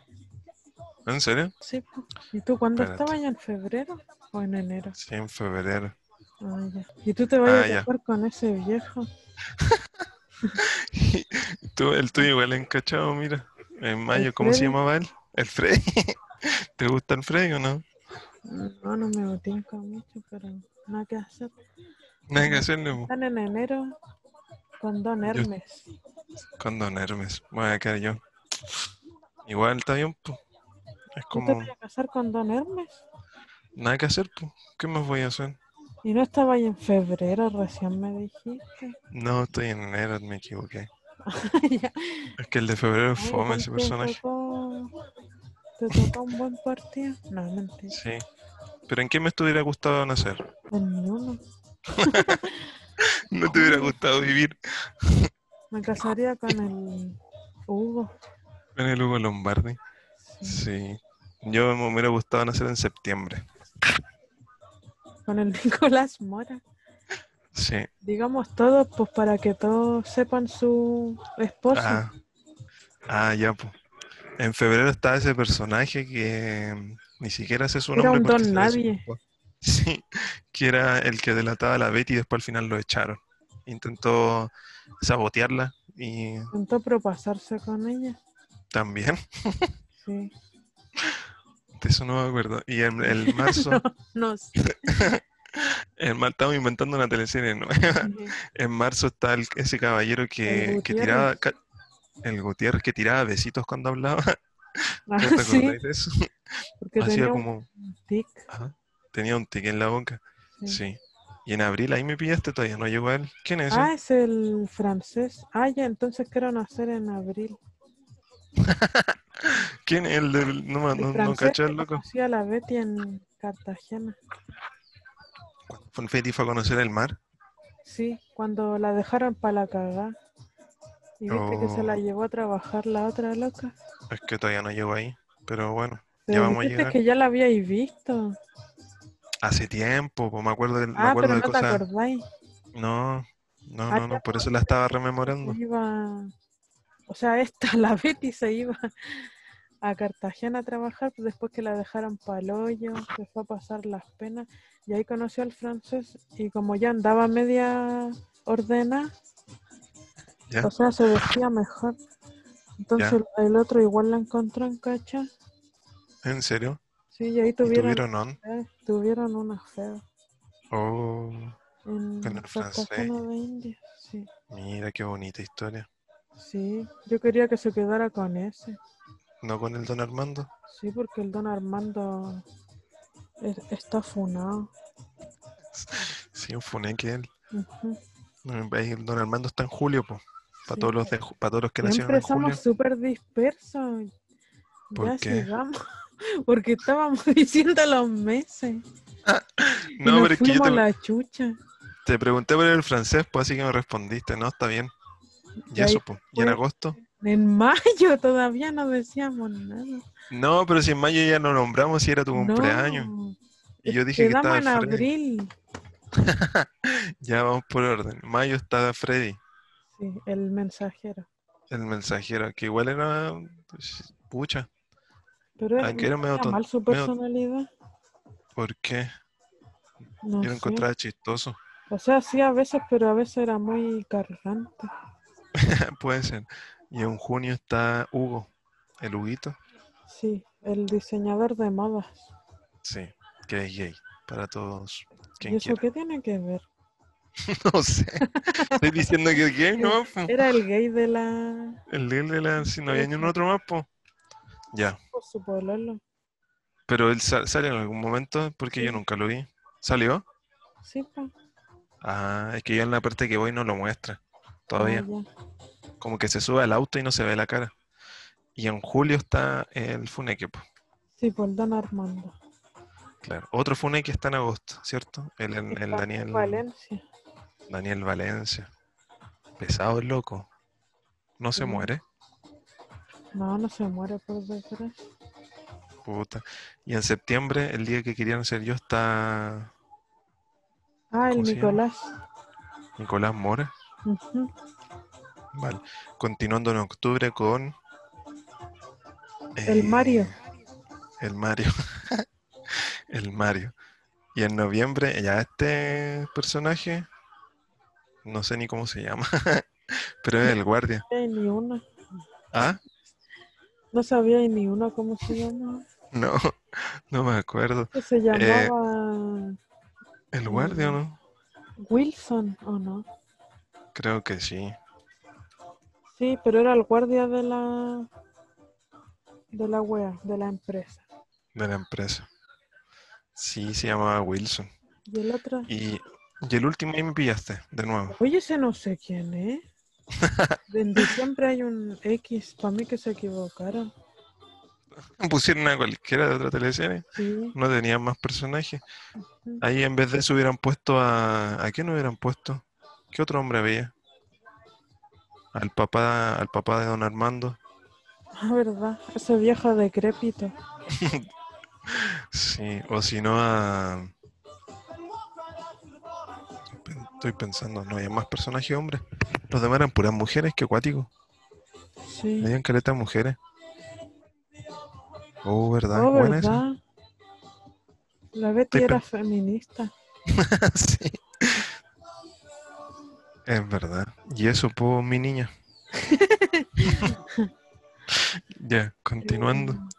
A: ¿En serio?
B: Sí, po. ¿Y tú cuándo
A: Espérate.
B: estabas? ¿Ya ¿En febrero o en enero?
A: Sí, en febrero.
B: Ah, ya. ¿Y tú te vas
A: Ah,
B: a
A: ya.
B: casar con ese viejo?
A: Tú- el tuyo igual encachado, mira. En mayo, ¿cómo se
B: Freddy?
A: llamaba él? El Freddy. [LAUGHS] ¿Te gusta el Freddy o no?
B: No, no me botinca mucho, pero nada que hacer.
A: Nada que hacerle po.
B: Están en enero con Don Hermes.
A: con Don Hermes. Voy a quedar yo. Igual está bien, po. Es
B: ¿Tú te
A: como
B: vas a casar con Don Hermes?
A: nada que hacer, po. ¿Qué más voy a hacer?
B: Y no estaba ahí en febrero, recién me dijiste.
A: No, estoy en enero, me equivoqué.
B: [LAUGHS] Ya.
A: Es que el de febrero es
B: Ay,
A: fome ese
B: igual Te
A: personaje.
B: tocó, te tocó un buen partido. No, mentira.
A: Sí. Pero ¿en qué me estuviera gustado nacer?
B: En ninguno.
A: No te hubiera gustado vivir
B: Me casaría con el Hugo.
A: en el Hugo Lombardi.
B: sí.
A: Sí. Yo me hubiera gustado nacer en septiembre.
B: Con el [LAUGHS] Nicolás Mora.
A: Sí.
B: Digamos todos, pues para que todos sepan su esposo.
A: Ah, ah ya, pues. En febrero está ese personaje que mm, ni siquiera sé su
B: Era
A: nombre.
B: un
A: porque
B: don
A: se le
B: nadie.
A: supo. Sí, que era el que delataba a la Betty y después al final lo echaron. Intentó sabotearla y
B: Intentó propasarse con ella.
A: también, [LAUGHS]
B: Sí.
A: de eso no me acuerdo. Y en
B: [LAUGHS]
A: el marzo,
B: No, [LAUGHS] no sé.
A: en mar- estamos inventando una teleserie nueva. En marzo está el- ese caballero que,
B: El
A: que
B: Gutiérrez.
A: tiraba, ca- el Gutiérrez que tiraba besitos cuando hablaba. [LAUGHS] ¿No
B: Ah,
A: te
B: sí,
A: acordáis de eso? [LAUGHS]
B: porque
A: Hacía
B: tenía
A: como...
B: un tic.
A: Ajá, Tenía un tic en la boca.
B: Sí.
A: Sí. Y en abril ahí me pillaste, todavía no llegó él. ¿Quién es?
B: Ah,
A: ese?
B: es el francés. Ah, ya, entonces quiero nacer en abril.
A: ¿Quién es el del... No, me-
B: El
A: no, no
B: francés
A: cacho
B: que
A: el loco.
B: conocí a la Betty en Cartagena.
A: Funfetti fue a conocer el mar.
B: Sí, cuando la dejaron para la cagá. Y viste que se la
A: Oh.
B: llevó a trabajar la otra loca.
A: Es que todavía no llegó ahí. Pero bueno, ya
B: Pero
A: vamos a
B: dijiste
A: llegar.
B: que ya la habíais visto.
A: Hace tiempo, pues me acuerdo de, me
B: Ah,
A: acuerdo
B: pero
A: de
B: no te
A: cosas.
B: acordáis.
A: No, no,
B: Ah,
A: no,
B: ya,
A: no. Por eso la estaba rememorando.
B: Se iba... O sea, esta, [LAUGHS] la Betty se iba a Cartagena a trabajar pues, después que la dejaron pa'l hoyo, se fue a pasar las penas. Y ahí conoció al francés y como ya andaba media ordena,
A: Ya.
B: o sea, se vestía mejor. Entonces el otro igual la encontró en cacha.
A: ¿En serio?
B: Sí, y ahí
A: ¿Y
B: tuvieron,
A: ¿Tuvieron on?
B: eh, tuvieron una fea.
A: Oh,
B: En
A: Con el francés.
B: Cartagena de India, sí.
A: mira qué bonita historia.
B: Sí, yo quería que se quedara con ese.
A: ¿No con el don Armando?
B: Sí, porque el don Armando es- está funado.
A: Sí, un funeque él.
B: Ujú.
A: Ahí el don Armando está en julio, pues. Para
B: Sí.
A: todos los de, ju- para todos los que nacieron
B: Siempre
A: en julio.
B: somos súper dispersos.
A: ¿Por
B: ya
A: qué?
B: sigamos. [LAUGHS] Porque estábamos [LAUGHS] diciendo los meses. y
A: No,
B: nos
A: pero es que yo
B: fuimos
A: te,
B: a la chucha.
A: te pregunté por el francés, pues así que me respondiste, ¿no? Está bien.
B: Y
A: Y
B: ahí
A: eso, pues. ¿Y en
B: fue.
A: agosto?
B: En mayo [LAUGHS] todavía no decíamos nada.
A: No, pero si en mayo ya lo nombramos y era tu cumpleaños.
B: No.
A: Y yo dije que
B: Quedamos
A: estaba
B: en
A: Freddy.
B: abril.
A: Ya vamos por orden. Mayo está Freddy.
B: Sí, el mensajero.
A: El mensajero, que igual era pues, pucha.
B: Pero es
A: Aunque Ah, era medio
B: era
A: ton-
B: mal su
A: medio-
B: personalidad.
A: ¿Por qué?
B: No
A: Yo lo
B: sé.
A: encontraba chistoso. [LAUGHS]
B: O sea, sí a veces, pero a veces era muy cargante.
A: Puede ser. Y en junio está Hugo, el Huguito.
B: Sí, el diseñador de modas.
A: Sí, que es gay. Para todos.
B: ¿Y
A: Quien
B: eso
A: quiera.
B: qué tiene que ver?
A: [LAUGHS] No sé. Estoy diciendo que es gay,
B: [LAUGHS]
A: ¿no? po.
B: Era el gay de la...
A: El gay de la. Si no había ni un otro más, po. Ya.
B: Por su pololo.
A: Pero él sa- sale en algún momento porque yo
B: Sí.
A: nunca lo vi. ¿Salió?
B: Sí, pa.
A: Ah, es que yo en la parte que voy no lo muestra.
B: Ah,
A: Todavía.
B: ya.
A: Como que se sube al auto y no se ve la cara. Y en julio está el Funeque, po.
B: Sí, por Don Armando.
A: Claro. Otro Funeque está en agosto, ¿cierto? El, el- el
B: Está en
A: Daniel,
B: Valencia.
A: Daniel Valencia. Pesado el loco. No se
B: Sí.
A: muere.
B: No, no se muere por desgracia.
A: Puta. Y en septiembre, el día que querían ser yo, está
B: Ah, el
A: ¿Cómo se llama?
B: Nicolás.
A: Nicolás Mora.
B: Ujú.
A: Vale. Continuando en octubre con. eh,
B: El Mario.
A: El Mario. [LAUGHS] el Mario. Y en noviembre, ya este personaje. No sé ni cómo se llama. [LAUGHS] pero es el guardia.
B: No hay ni una.
A: Ah,
B: No sabía ni una cómo se llama.
A: no. [LAUGHS] No me acuerdo.
B: Que se llamaba
A: ¿El guardia o no?
B: Mm. Wilson, ¿o no?
A: Creo que sí.
B: Sí, pero era el guardia de la... De la wea, de la empresa.
A: De la empresa. Sí, se llamaba Wilson.
B: Y el otro...
A: Y, y el último ahí me pillaste, de nuevo. [LAUGHS]
B: Oye, ese no sé quién es. En diciembre hay un X, para mí que se equivocaron.
A: Pusieron a cualquiera de otra teleserie.
B: Sí,
A: No tenían más personajes.
B: Ujú.
A: Ahí en vez de eso hubieran puesto a... ¿A quién hubieran puesto? ¿Qué otro hombre había? Al papá, al papá de don Armando.
B: ah, verdad, ese viejo decrépito.
A: Sí, o si no a... Estoy pensando, no había más personajes hombres. Los demás eran puras mujeres, qué acuático.
B: Sí.
A: Habían caletas mujeres. Oh, ¿verdad?
B: Oh,
A: Buena esa.
B: verdad. La Betty
A: Estoy
B: era
A: pen-
B: feminista.
A: Sí. Es verdad. Y eso, po, mi niña. ya, continuando.
B: Mm.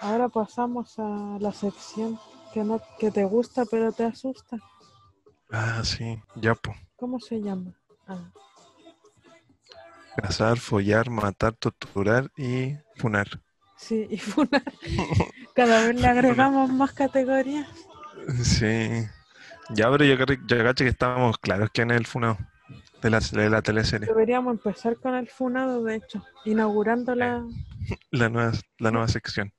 B: Ahora pasamos a la sección que no que te gusta pero te asusta.
A: Ah, sí. Ya, po.
B: ¿Cómo se llama? Ah,
A: Casar, follar, matar, torturar y funar.
B: sí, y fue
A: [LAUGHS]
B: una- Cada vez le agregamos más categorías.
A: Sí. Ya, pero yo, creo- yo caché que estábamos claros que en el funado de la, de la teleserie.
B: Deberíamos empezar con el funado, de hecho, inaugurando la,
A: La nueva, la nueva sección.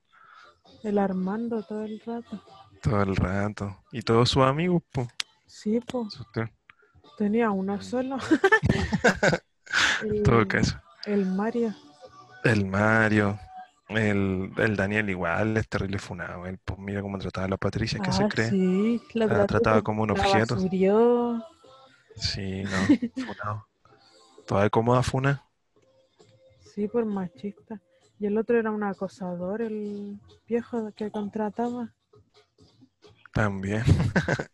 B: el Armando todo el rato.
A: Todo el rato. Y todos sus amigos, po.
B: Sí, pues,
A: Sus- En
B: tenía
A: [LAUGHS]
B: uno solo. el,
A: Mm. todo caso.
B: el Mario.
A: El Mario, el, el Daniel igual, es terrible funado. Él, pues mira cómo trataba a la Patricia, que se
B: Ah,
A: cree.
B: sí,
A: La
B: la verdad
A: trataba
B: que
A: como un
B: la
A: objeto.
B: basurió.
A: Sí,
B: [LAUGHS]
A: no, funado. Todavía cómoda funa.
B: Sí, por machista. Y el otro era un acosador, el viejo que contrataba.
A: También. [LAUGHS]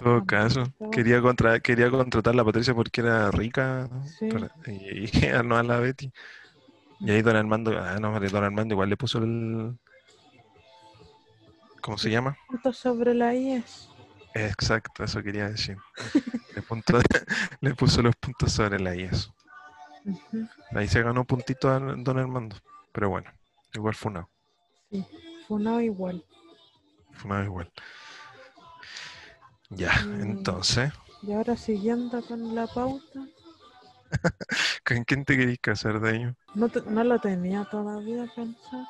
A: En todo
B: También
A: caso.
B: estaba-
A: Quería, contra, quería contratar a la Patricia porque era rica.
B: Sí.
A: pero- y, [LAUGHS] y a no a la Betty. Y ahí Don Armando, ah, no, vale, Don Armando igual le puso el. ¿Cómo se llama?
B: Punto sobre la E IES.
A: Exacto, eso quería
B: [LAUGHS]
A: decir. Le, punto- [LAUGHS] le puso los puntos sobre la I, eso.
B: Ujú.
A: Ahí se ganó puntito a Don Armando. Pero bueno, igual fue una.
B: Sí, funado igual.
A: Fue una igual. Ya,
B: Mm.
A: entonces,
B: Y ahora siguiendo con la pauta,
A: ¿con quién te querís casar, ellos?
B: no, te- no lo tenía todavía pensado.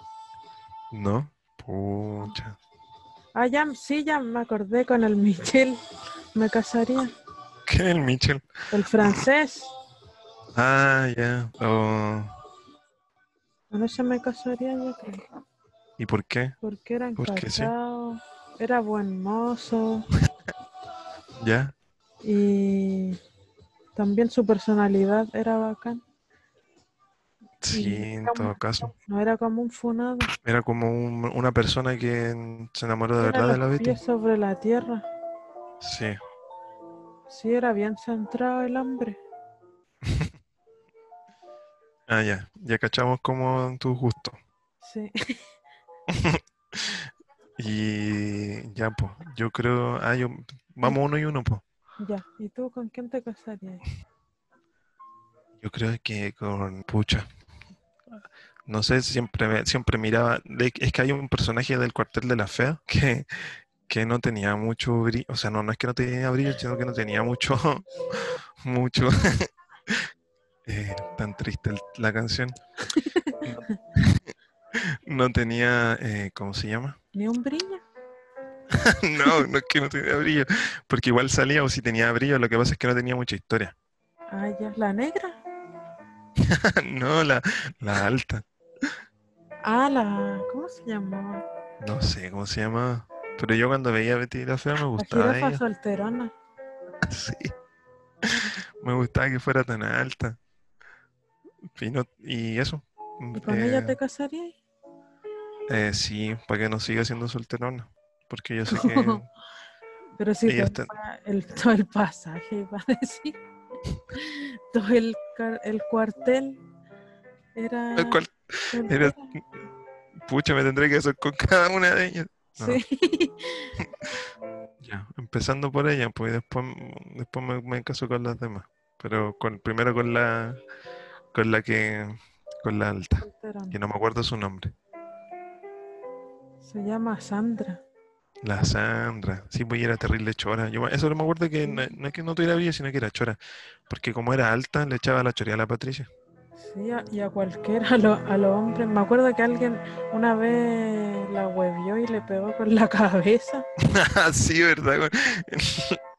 A: ¿No? Pucha.
B: Ah, ya, sí, ya me acordé con el Michel. Me casaría.
A: ¿Quién es el Mitchell?
B: El francés.
A: Ah, ya. Oh,
B: Con ese me casaría yo creo.
A: ¿Y por qué?
B: Porque eran
A: Porque Pues sí.
B: casados. Era buen mozo.
A: ¿Ya?
B: Y también su personalidad era bacán.
A: Sí,
B: Y
A: en
B: era
A: todo
B: un-
A: caso.
B: No era como un funado.
A: Era como un- una persona que se enamoró de
B: Era
A: verdad
B: los
A: de la Betty.
B: pies sobre la tierra.
A: Sí.
B: Sí, era bien centrado el hombre.
A: Ah, ya. Ya cachamos como tu gusto.
B: Sí. [LAUGHS]
A: Y ya, pues. Yo creo. Ah, yo. Vamos uno y uno, pues.
B: Ya. ¿Y tú con quién te casarías?
A: Yo creo que con Pucha. No sé, siempre, me- siempre miraba. de- es que hay un personaje del cuartel de la fea que, que no tenía mucho brillo. O sea, no, no es que no tenía brillo, sino que no tenía mucho. [LAUGHS] mucho. [LAUGHS] Eh, tan triste el- la canción. No, [LAUGHS] tenía. eh, ¿cómo se llama?
B: ¿Ni un brillo?
A: No, no es que no tenía brillo. Porque igual salía o si tenía brillo, lo que pasa es que no tenía mucha historia. [LAUGHS]
B: Ah, ya. ¿La negra?
A: No, la, la alta.
B: Ah, la... ¿Cómo se llamaba?
A: No sé cómo se llamaba. Pero yo cuando veía a Betty la Fea me
B: La
A: gustaba
B: jirafa
A: ella.
B: solterona.
A: [LAUGHS] Sí. Me gustaba que fuera tan alta. Y, no- y eso.
B: ¿Y con
A: Eh,
B: ella te casarías?
A: eh, sí, para que no siga siendo solterona. Porque
B: [LAUGHS]
A: yo sé que.
B: Pero si
A: Ella
B: te
A: está-
B: va el, [LAUGHS] todo el pasaje, iba a decir. [LAUGHS] Todo el, car- el cuartel era.
A: El cual-
B: soltera.
A: pucha, me tendré que hacer con cada una de ellas. no.
B: Sí.
A: Ah.
B: [LAUGHS]
A: Ya, empezando por ella, pues y después, después me, me caso con las demás. Pero con, primero con la con la que con la alta,
B: solterona.
A: que no me acuerdo su nombre.
B: Se llama Sandra.
A: La Sandra. Sí, pues y era terrible chora. Yo me- eso no me acuerdo que no, no es que no tuviera vida, sino que era chora. Porque como era alta, le echaba la choría a la Patricia. [LAUGHS]
B: Sí, a- y a cualquiera, a, lo- a los hombres. Me acuerdo que alguien una vez la huevió y le pegó con la [LAUGHS] cabeza.
A: Ah, sí, ¿verdad? güey? [LAUGHS]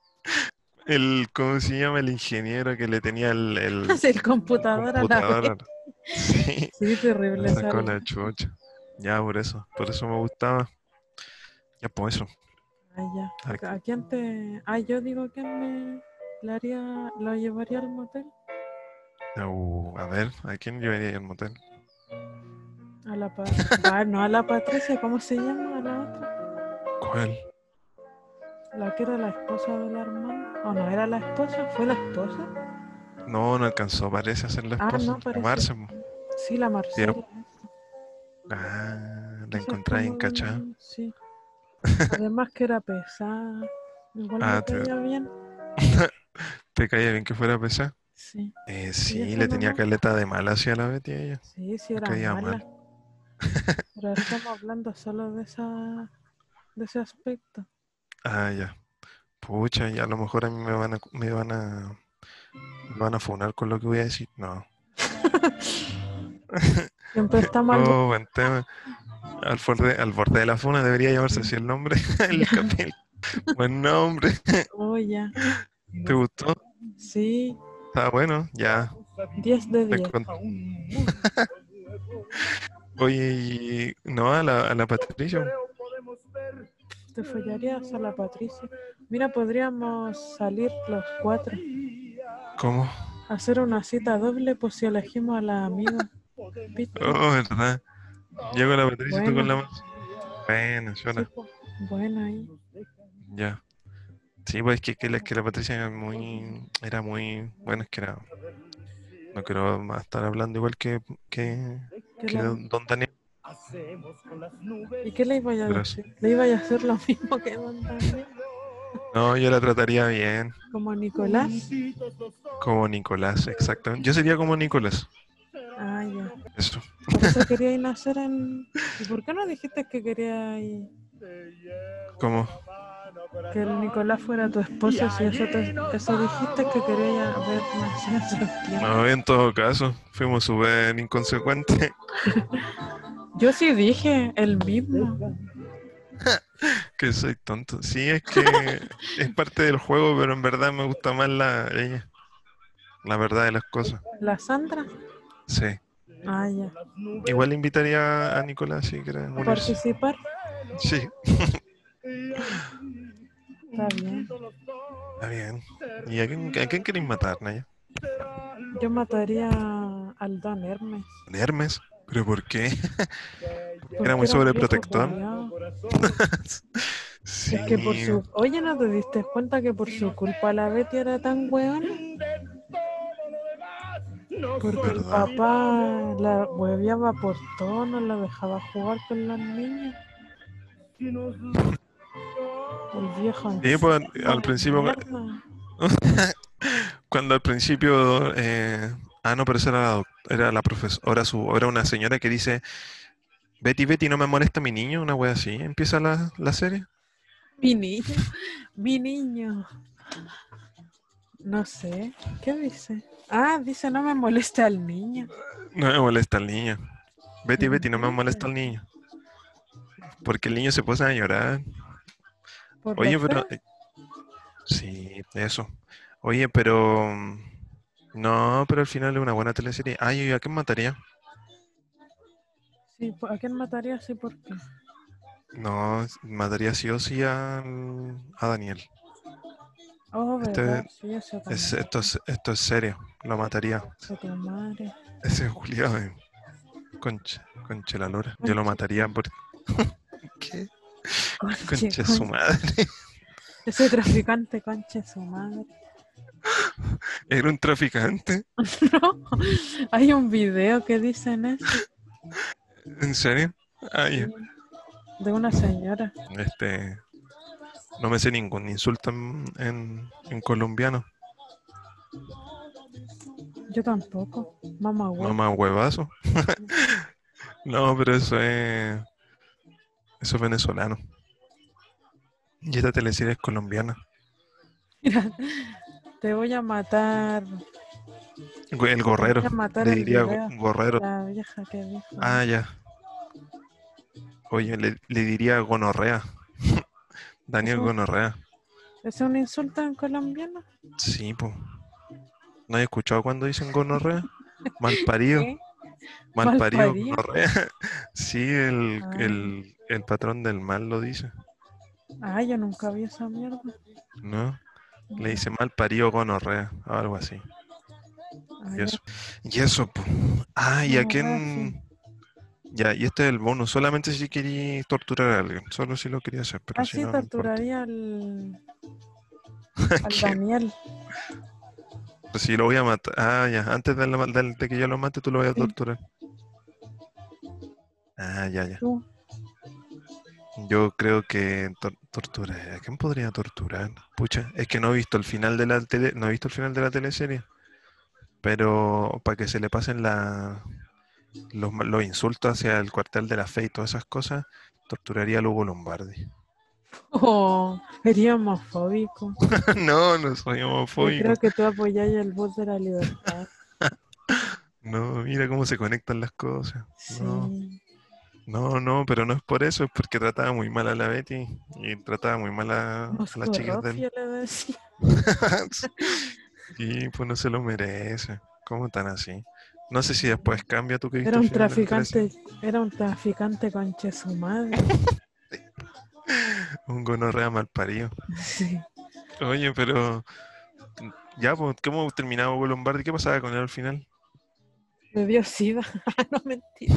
A: El, ¿cómo se llama? El ingeniero que le tenía el,
B: [LAUGHS]
A: el
B: Así el computador a la
A: computador.
B: vez.
A: Sí.
B: [LAUGHS] Sí, terrible
A: Le
B: esa.
A: sacó
B: wea.
A: la chucha. Ya, por eso. Por eso me gustaba. Ya, por eso.
B: Ah, ya.
A: Ay,
B: ¿A quién te.? Ah, yo digo, ¿quién me.? la haría, ¿Lo llevaría al motel?
A: au, uh, a ver, ¿a quién llevaría al motel?
B: A la Patricia. no a la Patricia, ¿cómo se llama? A la otra.
A: ¿Cuál?
B: La que era la esposa de la hermana. O no, era la esposa, fue la esposa.
A: No, no alcanzó, parece, a ser la
B: Ah,
A: esposa.
B: no, parece.
A: Llamarse, po.
B: Sí, la Marcela.
A: Ah, la
B: Esa es
A: encontré en
B: como
A: Cachá.
B: de-
A: [LAUGHS]
B: Sí. Además que era pesada. Igual
A: Ah,
B: me
A: te-
B: caía bien.
A: ¿Te caía bien que fuera pesada?
B: Sí,
A: Eh,
B: ¿Y
A: sí,
B: esa
A: le tenía
B: mamá?
A: caleta de mala hacia la Betty a ella.
B: sí, sí,
A: Me
B: era
A: caía
B: mala.
A: mal. [LAUGHS]
B: Pero estamos hablando solo de esa de ese aspecto.
A: Ah, ya. Pucha, ya a lo mejor a mí me van a, me van a, me van a funar con lo que voy a decir. No.
B: Siempre estamos al-
A: Oh, buen tema. Al borde, al borde de la funa debería llamarse así el nombre. [LAUGHS] El
B: Ya.
A: capel. Buen nombre.
B: Oh, ya.
A: ¿Te gustó?
B: Sí,
A: Está bueno, ya.
B: 10 de
A: te
B: 10.
A: cuento. [LAUGHS] Oye, y no a la, a la Patricia.
B: ¿Te follarías a la Patricia? Mira, podríamos salir los cuatro,
A: ¿Cómo?
B: hacer una cita doble por si elegimos a la amiga. ¿Viste?
A: Oh, verdad. Yo con la Patricia y tú con la
B: Bueno.
A: Marce. Bueno,
B: Sí,
A: suena.
B: po. pues, Bueno, ahí.
A: Ya. Sí, pues es que, que la, que la Patricia era muy, era muy, bueno, es que era, no quiero más estar hablando igual que, que,
B: ¿Qué
A: que
B: le-
A: Don Daniel.
B: ¿Y qué le iba a
A: Pero
B: decir? ¿Le iba a hacer lo [LAUGHS] mismo que Don Daniel?
A: No, yo la trataría bien,
B: ¿Como Nicolás?
A: como Nicolás, exactamente. Yo sería como Nicolás,
B: Ah, ya.
A: eso.
B: Por eso quería ir a hacer en... ¿Y por qué no dijiste que quería ir-
A: Como,
B: que el Nicolás fuera tu esposo si eso, te- eso dijiste que quería ir a ver nacer en septiembre?
A: no, en todo caso, fuimos súper inconsecuentes. [LAUGHS]
B: Yo sí dije el mismo.
A: Que soy tonto. Sí, es
B: [LAUGHS]
A: que es parte del juego, pero en verdad me gusta más la ella. La verdad de las cosas.
B: ¿La Sandra?
A: Sí.
B: Ah, ya.
A: Igual invitaría a Nicolás si quiere
B: ¿A
A: unirse.
B: participar?
A: Sí,
B: Está bien.
A: está bien. ¿Y a quién, a quién queréis matar, Naya?
B: Yo mataría al don Hermes.
A: Don Hermes, pero ¿por qué? [LAUGHS]
B: porque
A: muy
B: un viejo
A: sobreprotector.
B: culiao.
A: Sí,
B: Es que por su... Oye, ¿no te diste cuenta que [LAUGHS] por su culpa la Betty era tan weón? Porque el
A: Verdad.
B: papá la hueveaba por todo, no la dejaba jugar con las niñas. [LAUGHS] El viejo...
A: Sí,
B: enfermo
A: pues, al
B: [LAUGHS] de
A: principio,
B: mierda.
A: cuando al principio, eh, ah, no, pero esa era la, doc- era la profesora, su, era una señora que dice, Betty, Betty, no me molesta mi niño, una wea así, empieza la, la serie.
B: Mi niño. Mi niño. No sé. ¿Qué dice? Ah, dice no me molesta al niño.
A: No me molesta el niño. Betty, Betty, no me
B: Ujú.
A: molesta el niño. Porque el niño se puso a llorar.
B: Por lo
A: Oye, pero... eh,
B: feo.
A: Sí, eso. Oye, pero... mm, No, pero al final es una buena teleserie. Ay, ¿y ¿a quién mataría?
B: Sí, ¿A quién mataría así por qué?
A: No, mataría sí o sí al- a Daniel.
B: Oh,
A: Este-
B: verdad, sí, eso también.
A: Es- esto, es, esto es serio, lo mataría.
B: Concha tu madre.
A: Ese Julián, eh. concha, concha la lora. Yo lo
B: Concha.
A: mataría por... ¿Qué?
B: Conche,
A: Concha su
B: conche.
A: madre.
B: [LAUGHS] Ese traficante, conche su madre.
A: Era un traficante.
B: No, hay un video que dicen eso.
A: ¿En serio? Ay,
B: De una señora.
A: este... No me sé ningún insulto en, en- en colombiano.
B: Yo tampoco. Mamá huevo.
A: Mamá huevazo. [LAUGHS] no, pero eso es... Eso es venezolano. Y esta teleserie es colombiana.
B: Mira, te voy a matar.
A: Güey, El gorrero.
B: Voy a matar
A: Le
B: el
A: diría
B: video.
A: go- gorrero.
B: La vieja que dijo.
A: Ah, ya. Oye, le, le diría gonorrea. [LAUGHS] Daniel
B: Ujú.
A: gonorrea.
B: ¿Es un insulto en colombiano?
A: Sí, pues. ¿No has escuchado cuando dicen gonorrea? Malparido.
B: ¿Qué?
A: Malparido,
B: Malparido.
A: gonorrea. [LAUGHS] Sí, el,
B: Ah.
A: el- el patrón del mal lo dice,
B: Ah, yo nunca vi esa mierda.
A: ¿no? Le dice malparido gonorrea, o algo así.
B: Ah,
A: Y
B: ya.
A: eso. Y eso, po. Ah, ¿y
B: Una
A: a
B: wea
A: quién? Ya, y este es el bono. Solamente si quería torturar a alguien. Solo si lo quería hacer, pero si
B: Así
A: no, no importa.
B: torturaría
A: [LAUGHS]
B: al, al
A: ¿Qué?
B: Daniel.
A: Pues Si lo voy a matar. Ah, ya. Antes de, la- del- de que yo lo mate, tú lo voy a
B: Sí.
A: torturar. Ah, ya, ya.
B: Tú.
A: Yo creo que tor- tortura. ¿A quién podría torturar? Pucha, es que no he visto el final de la tele, no he visto el final de la teleserie. Pero para que se le pasen la, los, ma- los insultos hacia el cuartel de la fe y todas esas cosas, torturaría a Lugo Lombardi. [LAUGHS]
B: Oh, sería homofóbico. Yo
A: no, no soy homofóbico.
B: creo que tú apoyáis el voz de la libertad.
A: No, mira cómo se conectan las cosas. [LAUGHS]
B: Sí.
A: No. No, no, pero no es por eso, es porque trataba muy mal a la Betty y trataba muy mal a, a las chicas del...
B: Moscorrofio le decía. [LAUGHS]
A: Sí, pues no se lo merece. ¿Cómo tan así? No sé si después cambia tú que viste
B: Era
A: el
B: un
A: final de la teleserie.
B: traficante, era un traficante conche su madre. [LAUGHS]
A: Un gonorrea mal parido.
B: Sí.
A: Oye, pero ya, pues, ¿cómo terminaba Hugo Lombardi? ¿Qué pasaba con él al final? [LAUGHS]
B: Le dio sida. [LAUGHS] no mentira.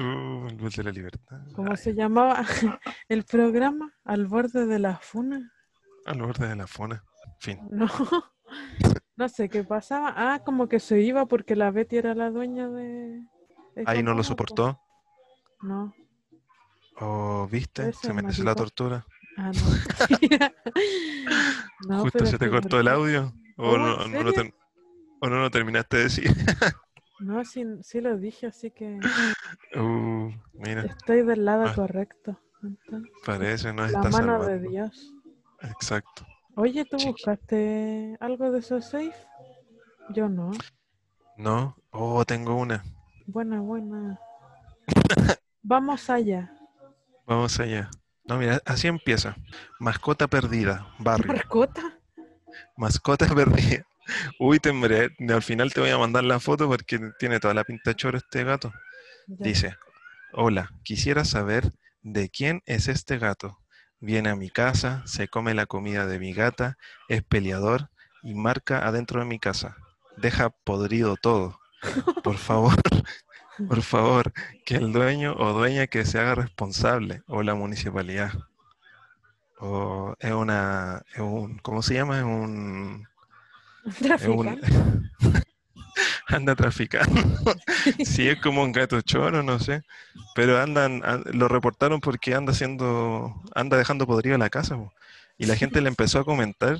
A: Uh, el gol de la libertad.
B: ¿Cómo
A: Ay,
B: se llamaba [LAUGHS] el programa? Al borde de la funa.
A: al borde de la fona. Fin.
B: No. [LAUGHS] No sé qué pasaba. Ah, como que se iba porque la Betty era la dueña de. de
A: Ahí no lo
B: Condado, po.
A: soportó.
B: No.
A: Oh, ¿viste?
B: Ese
A: Se merece la
B: maricón.
A: tortura.
B: Ah, no. [LAUGHS] No,
A: Justo
B: pero
A: se te
B: es que
A: cortó
B: por
A: el
B: qué-
A: audio. O
B: Oh,
A: no,
B: ¿en
A: no lo
B: serio?
A: ter- o no lo terminaste de decir.
B: [LAUGHS] No, sí, sí lo dije, así que
A: Uh, mira,
B: estoy del lado
A: Ah.
B: correcto. Entonces,
A: parece, no
B: la
A: está
B: mano
A: salvando.
B: de Dios.
A: Exacto.
B: Oye, ¿tú
A: Chiqui.
B: buscaste algo de esos safe? Yo no.
A: No, oh, tengo una.
B: Buena,
A: [LAUGHS]
B: buena. Vamos allá.
A: Vamos allá. No, mira, así empieza. Mascota perdida, barrio.
B: ¿Marcota?
A: Mascota [LAUGHS] perdida. Uy, te embre- al final te voy a mandar la foto porque tiene toda la pinta de choro este gato.
B: Ya.
A: Dice, hola, quisiera saber de quién es este gato. Viene a mi casa, se come la comida de mi gata, es peleador y marca adentro de mi casa. Deja podrido todo. Por favor, por favor, que el dueño o dueña que se haga responsable o la municipalidad. O es una, es un, ¿cómo se llama? Es
B: [LAUGHS]
A: un, es un-
B: Traficante.
A: [LAUGHS] anda traficando. [LAUGHS] si es como un gato choro, no sé. Pero andan, an- lo reportaron porque anda haciendo, anda dejando podrido la casa. po. Y la
B: [LAUGHS]
A: gente le empezó a comentar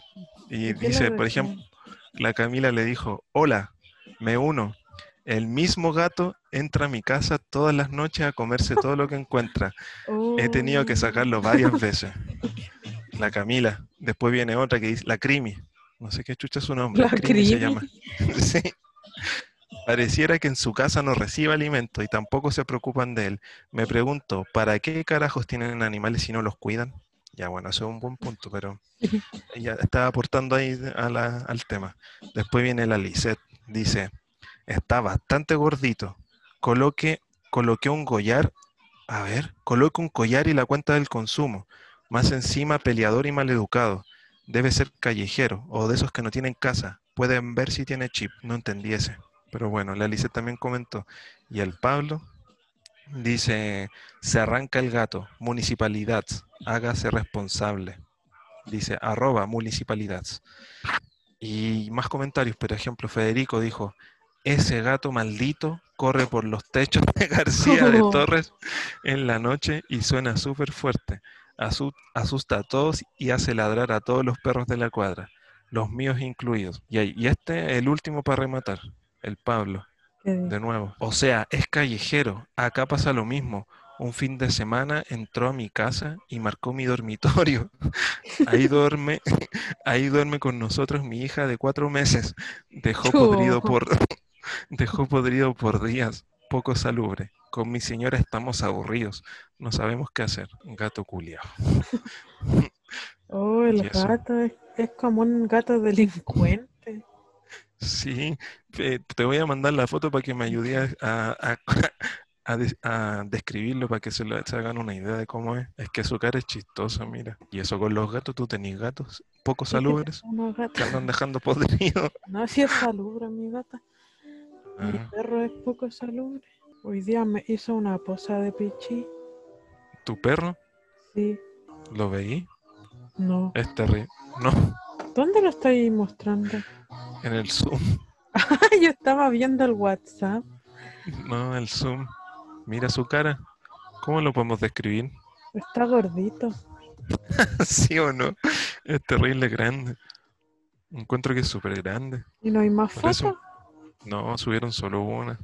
A: y
B: ¿Y qué le
A: dice, por
B: decían?
A: ejemplo, la Camila le dijo, hola, me uno. El mismo gato entra a mi casa todas las noches a comerse todo lo que encuentra. He tenido que
B: Oh.
A: sacarlo varias veces. La Camila. Después viene otra que dice, la Crimi. No sé qué chucha es su nombre.
B: La
A: se
B: Crimi.
A: llama. [LAUGHS] Sí. Pareciera que en su casa no recibe alimento y tampoco se preocupan de él. Me pregunto, ¿para qué carajos tienen animales si no los cuidan? Ya bueno, eso es un buen punto, pero ella está aportando ahí a la- al tema. Después viene la Lisette, dice, está bastante gordito. Coloque, coloque un collar, a ver, coloque un collar y la cuenta del consumo. Más encima, peleador y maleducado. Debe ser callejero o de esos que no tienen casa. Pueden ver si tiene chip, no entendí ese. Pero bueno, la Lisette también comentó. Y el Pablo dice, se arranca el gato, municipalidad, hágase responsable. Dice, arroba municipalidad. Y más comentarios, por ejemplo, Federico dijo, ese gato maldito corre por los techos de García de
B: Oh.
A: Torres en la noche y suena súper fuerte. Asu- Asusta a todos y hace ladrar a todos los perros de la cuadra, los míos incluidos. Y, ahí- y este, el último para rematar, el Pablo.
B: ¿Qué
A: De nuevo. O sea, es callejero. Acá pasa lo mismo. Un fin de semana entró a mi casa y marcó mi dormitorio. [LAUGHS] Ahí duerme, [LAUGHS] ahí duerme con nosotros mi hija de cuatro meses. Dejó
B: Chu.
A: podrido por, [LAUGHS] dejó podrido por días. Poco salubre. Con mi señora estamos aburridos. No sabemos qué hacer. Gato culiao.
B: Oh, el
A: Y eso.
B: gato es, es como un gato delincuente.
A: Sí, eh, te voy a mandar la foto para que me ayudes a, a- [LAUGHS] a des- a describirlo, para que se, lo- se hagan una idea de cómo es. Es que su cara es chistosa, mira. Y eso con los gatos, tú tenés gatos poco
B: Sí que
A: [LAUGHS]
B: [LAUGHS]
A: salubres
B: unos
A: que
B: gatos-
A: andan dejando podrido.
B: No, si es salubre mi gata. Mi
A: Ah,
B: perro es poco salubre. Hoy día me hizo una posa de pichí.
A: ¿Tu perro?
B: Sí,
A: ¿Lo veí?
B: no.
A: Es terrible. No,
B: ¿Dónde lo estoy mostrando? Ah,
A: en el Zoom. [LAUGHS]
B: Yo estaba viendo el WhatsApp.
A: No, el Zoom. Mira su cara. ¿Cómo lo podemos describir? [LAUGHS]
B: Está gordito.
A: ¿Sí o no? Es terrible grande. Encuentro que es súper grande.
B: ¿Y no hay más
A: Por eso-
B: fotos?
A: No, subieron solo una.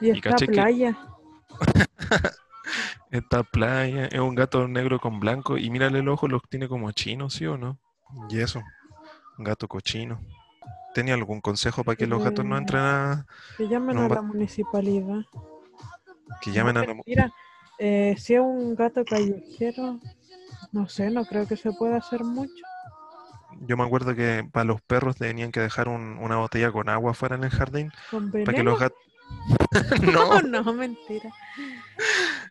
B: Y
A: y
B: está
A: caché que-
B: playa.
A: Esta playa es un gato negro con blanco y mírale el ojo, los tiene como chino, ¿sí o no? Y eso, un gato cochino. ¿Tenía algún consejo para que los gatos no entren a...
B: Que llamen
A: No,
B: a
A: va-
B: la municipalidad.
A: que llamen a... la mu-
B: Mira, eh, si es un gato callejero, no sé, no creo que se pueda hacer mucho.
A: Yo me acuerdo que para los perros tenían que dejar un- una botella con agua fuera en el jardín
B: ¿Con
A: para que
B: veneno?
A: los gatos... [LAUGHS] no,
B: no, mentira.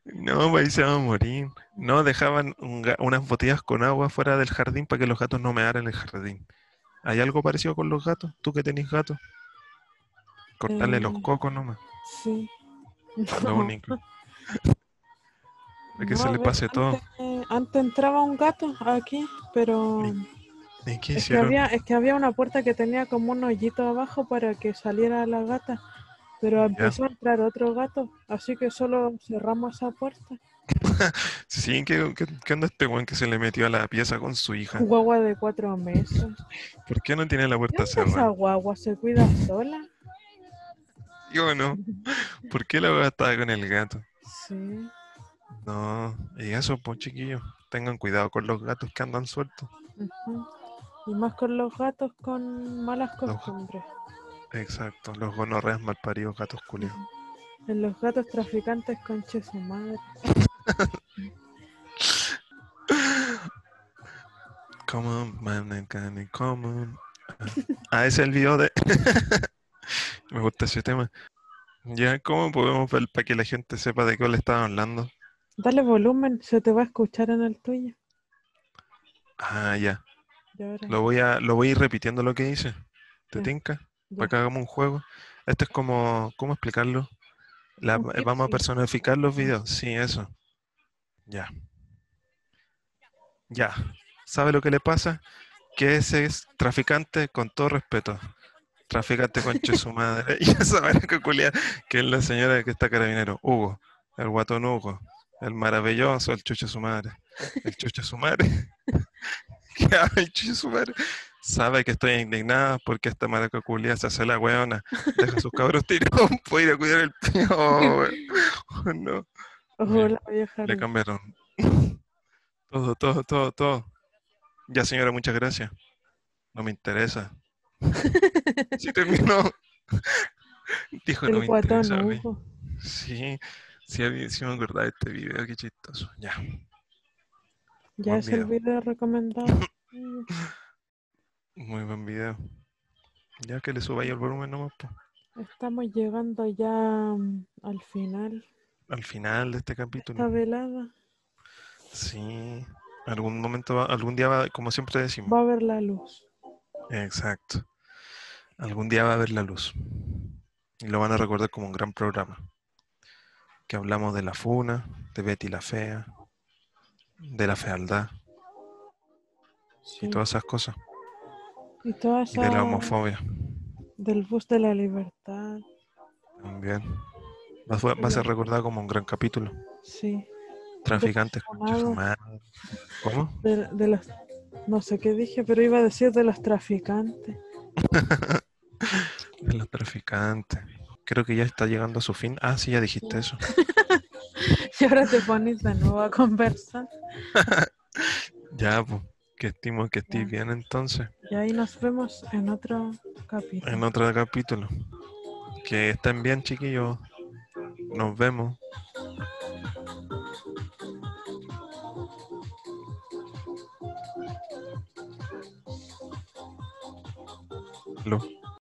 A: no, pues ahí se van a morir. No, dejaban un ga- unas botellas con agua fuera del jardín para que los gatos no mearan en el jardín. ¿Hay algo parecido con los gatos? ¿Tú que tenés gatos? Cortarle los
B: Eh,
A: cocos nomás.
B: Sí.
A: Lo
B: [LAUGHS]
A: único. Para que se
B: No,
A: le
B: ve,
A: pase todo.
B: Antes, eh, antes entraba un gato aquí, pero
A: ¿Y qué
B: es que,
A: hicieron?
B: había, es que había una puerta que tenía como un hoyito abajo para que saliera la gata, pero empezó a entrar otro gato, así que solo cerramos esa puerta.
A: Sí, ¿qué, qué, qué onda este weón que se le metió a la pieza con su hija?
B: Guagua de cuatro meses.
A: ¿Por qué no tiene la
B: ¿Qué
A: puerta
B: onda esa
A: cerrada?
B: guagua? ¿Se cuida sola?
A: Yo no. ¿Por qué la weá estaba con el gato?
B: Sí.
A: No, y eso, pues chiquillos, tengan cuidado con los gatos que andan sueltos.
B: Ujú. Y más con los gatos con malas
A: Los-
B: costumbres.
A: Exacto, los gonorreas malparidos, gatos culiados.
B: Ujú. En los gatos traficantes conche su madre.
A: Come on, man, I can- come on. Ah, ese es el video de. [LAUGHS] Me gusta ese tema. Ya, ¿cómo podemos ver para que la gente sepa de qué le estaba hablando?
B: Dale volumen, se te va a escuchar en el tuyo.
A: Ah, ya.
B: Ya verás.
A: Ah, Lo voy a, lo voy a ir repitiendo lo que hice. ¿Te
B: Ya.
A: tinca? para que hagamos un juego. Esto es como, ¿cómo explicarlo? La-
B: Un
A: eh,
B: tip,
A: vamos a
B: sí.
A: personificar los videos. Sí, eso. Ya. Ya. ¿Sabe lo que le pasa? Que ese es traficante con todo respeto. Traficante conche su madre. [LAUGHS] Y esa manera que culia, que es la señora que está carabinero. Hugo. El guatón Hugo. El maravilloso, el chucho su madre. El chucho su madre. [LAUGHS] ¿Qué habla el chucho su madre? Sabe que estoy indignada porque esta maraca culia se hace la weona. Deja a sus cabros tirados [LAUGHS] para ir a cuidar el pío. weón. Oh, [LAUGHS] no.
B: Ojo,
A: Bien.
B: la vieja.
A: Le cambiaron. Todo, todo, todo, todo. Ya, señora, muchas gracias. No me interesa.
B: [LAUGHS]
A: Sí terminó. Dijo, no me
B: El guatón,
A: interesa. güey.
B: Hugo.
A: Sí, sí, había- sí me acordaba de este video, qué chistoso. Ya.
B: Ya
A: Buen
B: es el
A: video.
B: video recomendado.
A: [LAUGHS] Muy buen video. Ya que le suba ahí el volumen nomás, po.
B: Estamos llegando ya mm, al final
A: Al final de este
B: de esta
A: capítulo.
B: velada.
A: Sí. Algún momento, va- algún día va, como siempre decimos.
B: Va a ver la luz.
A: Exacto. Algún día va a ver la luz. Y lo van a recordar como un gran programa. Que hablamos de la funa, de Betty la fea, de la fealdad
B: Sí.
A: y todas esas cosas.
B: Y toda
A: Y de la
B: esa-
A: homofobia
B: Del bus de la libertad.
A: también. Va a, ser- va a ser recordado como un gran capítulo.
B: Sí.
A: Traficantes con ¿Cómo?
B: De, de los. No sé qué dije, pero iba a decir de los traficantes. [LAUGHS]
A: De los traficantes. Creo que ya está llegando a su fin. Ah, sí, ya dijiste eso.
B: Y ahora te pones de nuevo a conversar.
A: Ya, pues. Que estimo que estés
B: Ya.
A: bien entonces.
B: Y ahí nos vemos en otro capítulo.
A: en otro capítulo. Que estén bien, chiquillos. Nos vemos. Aló.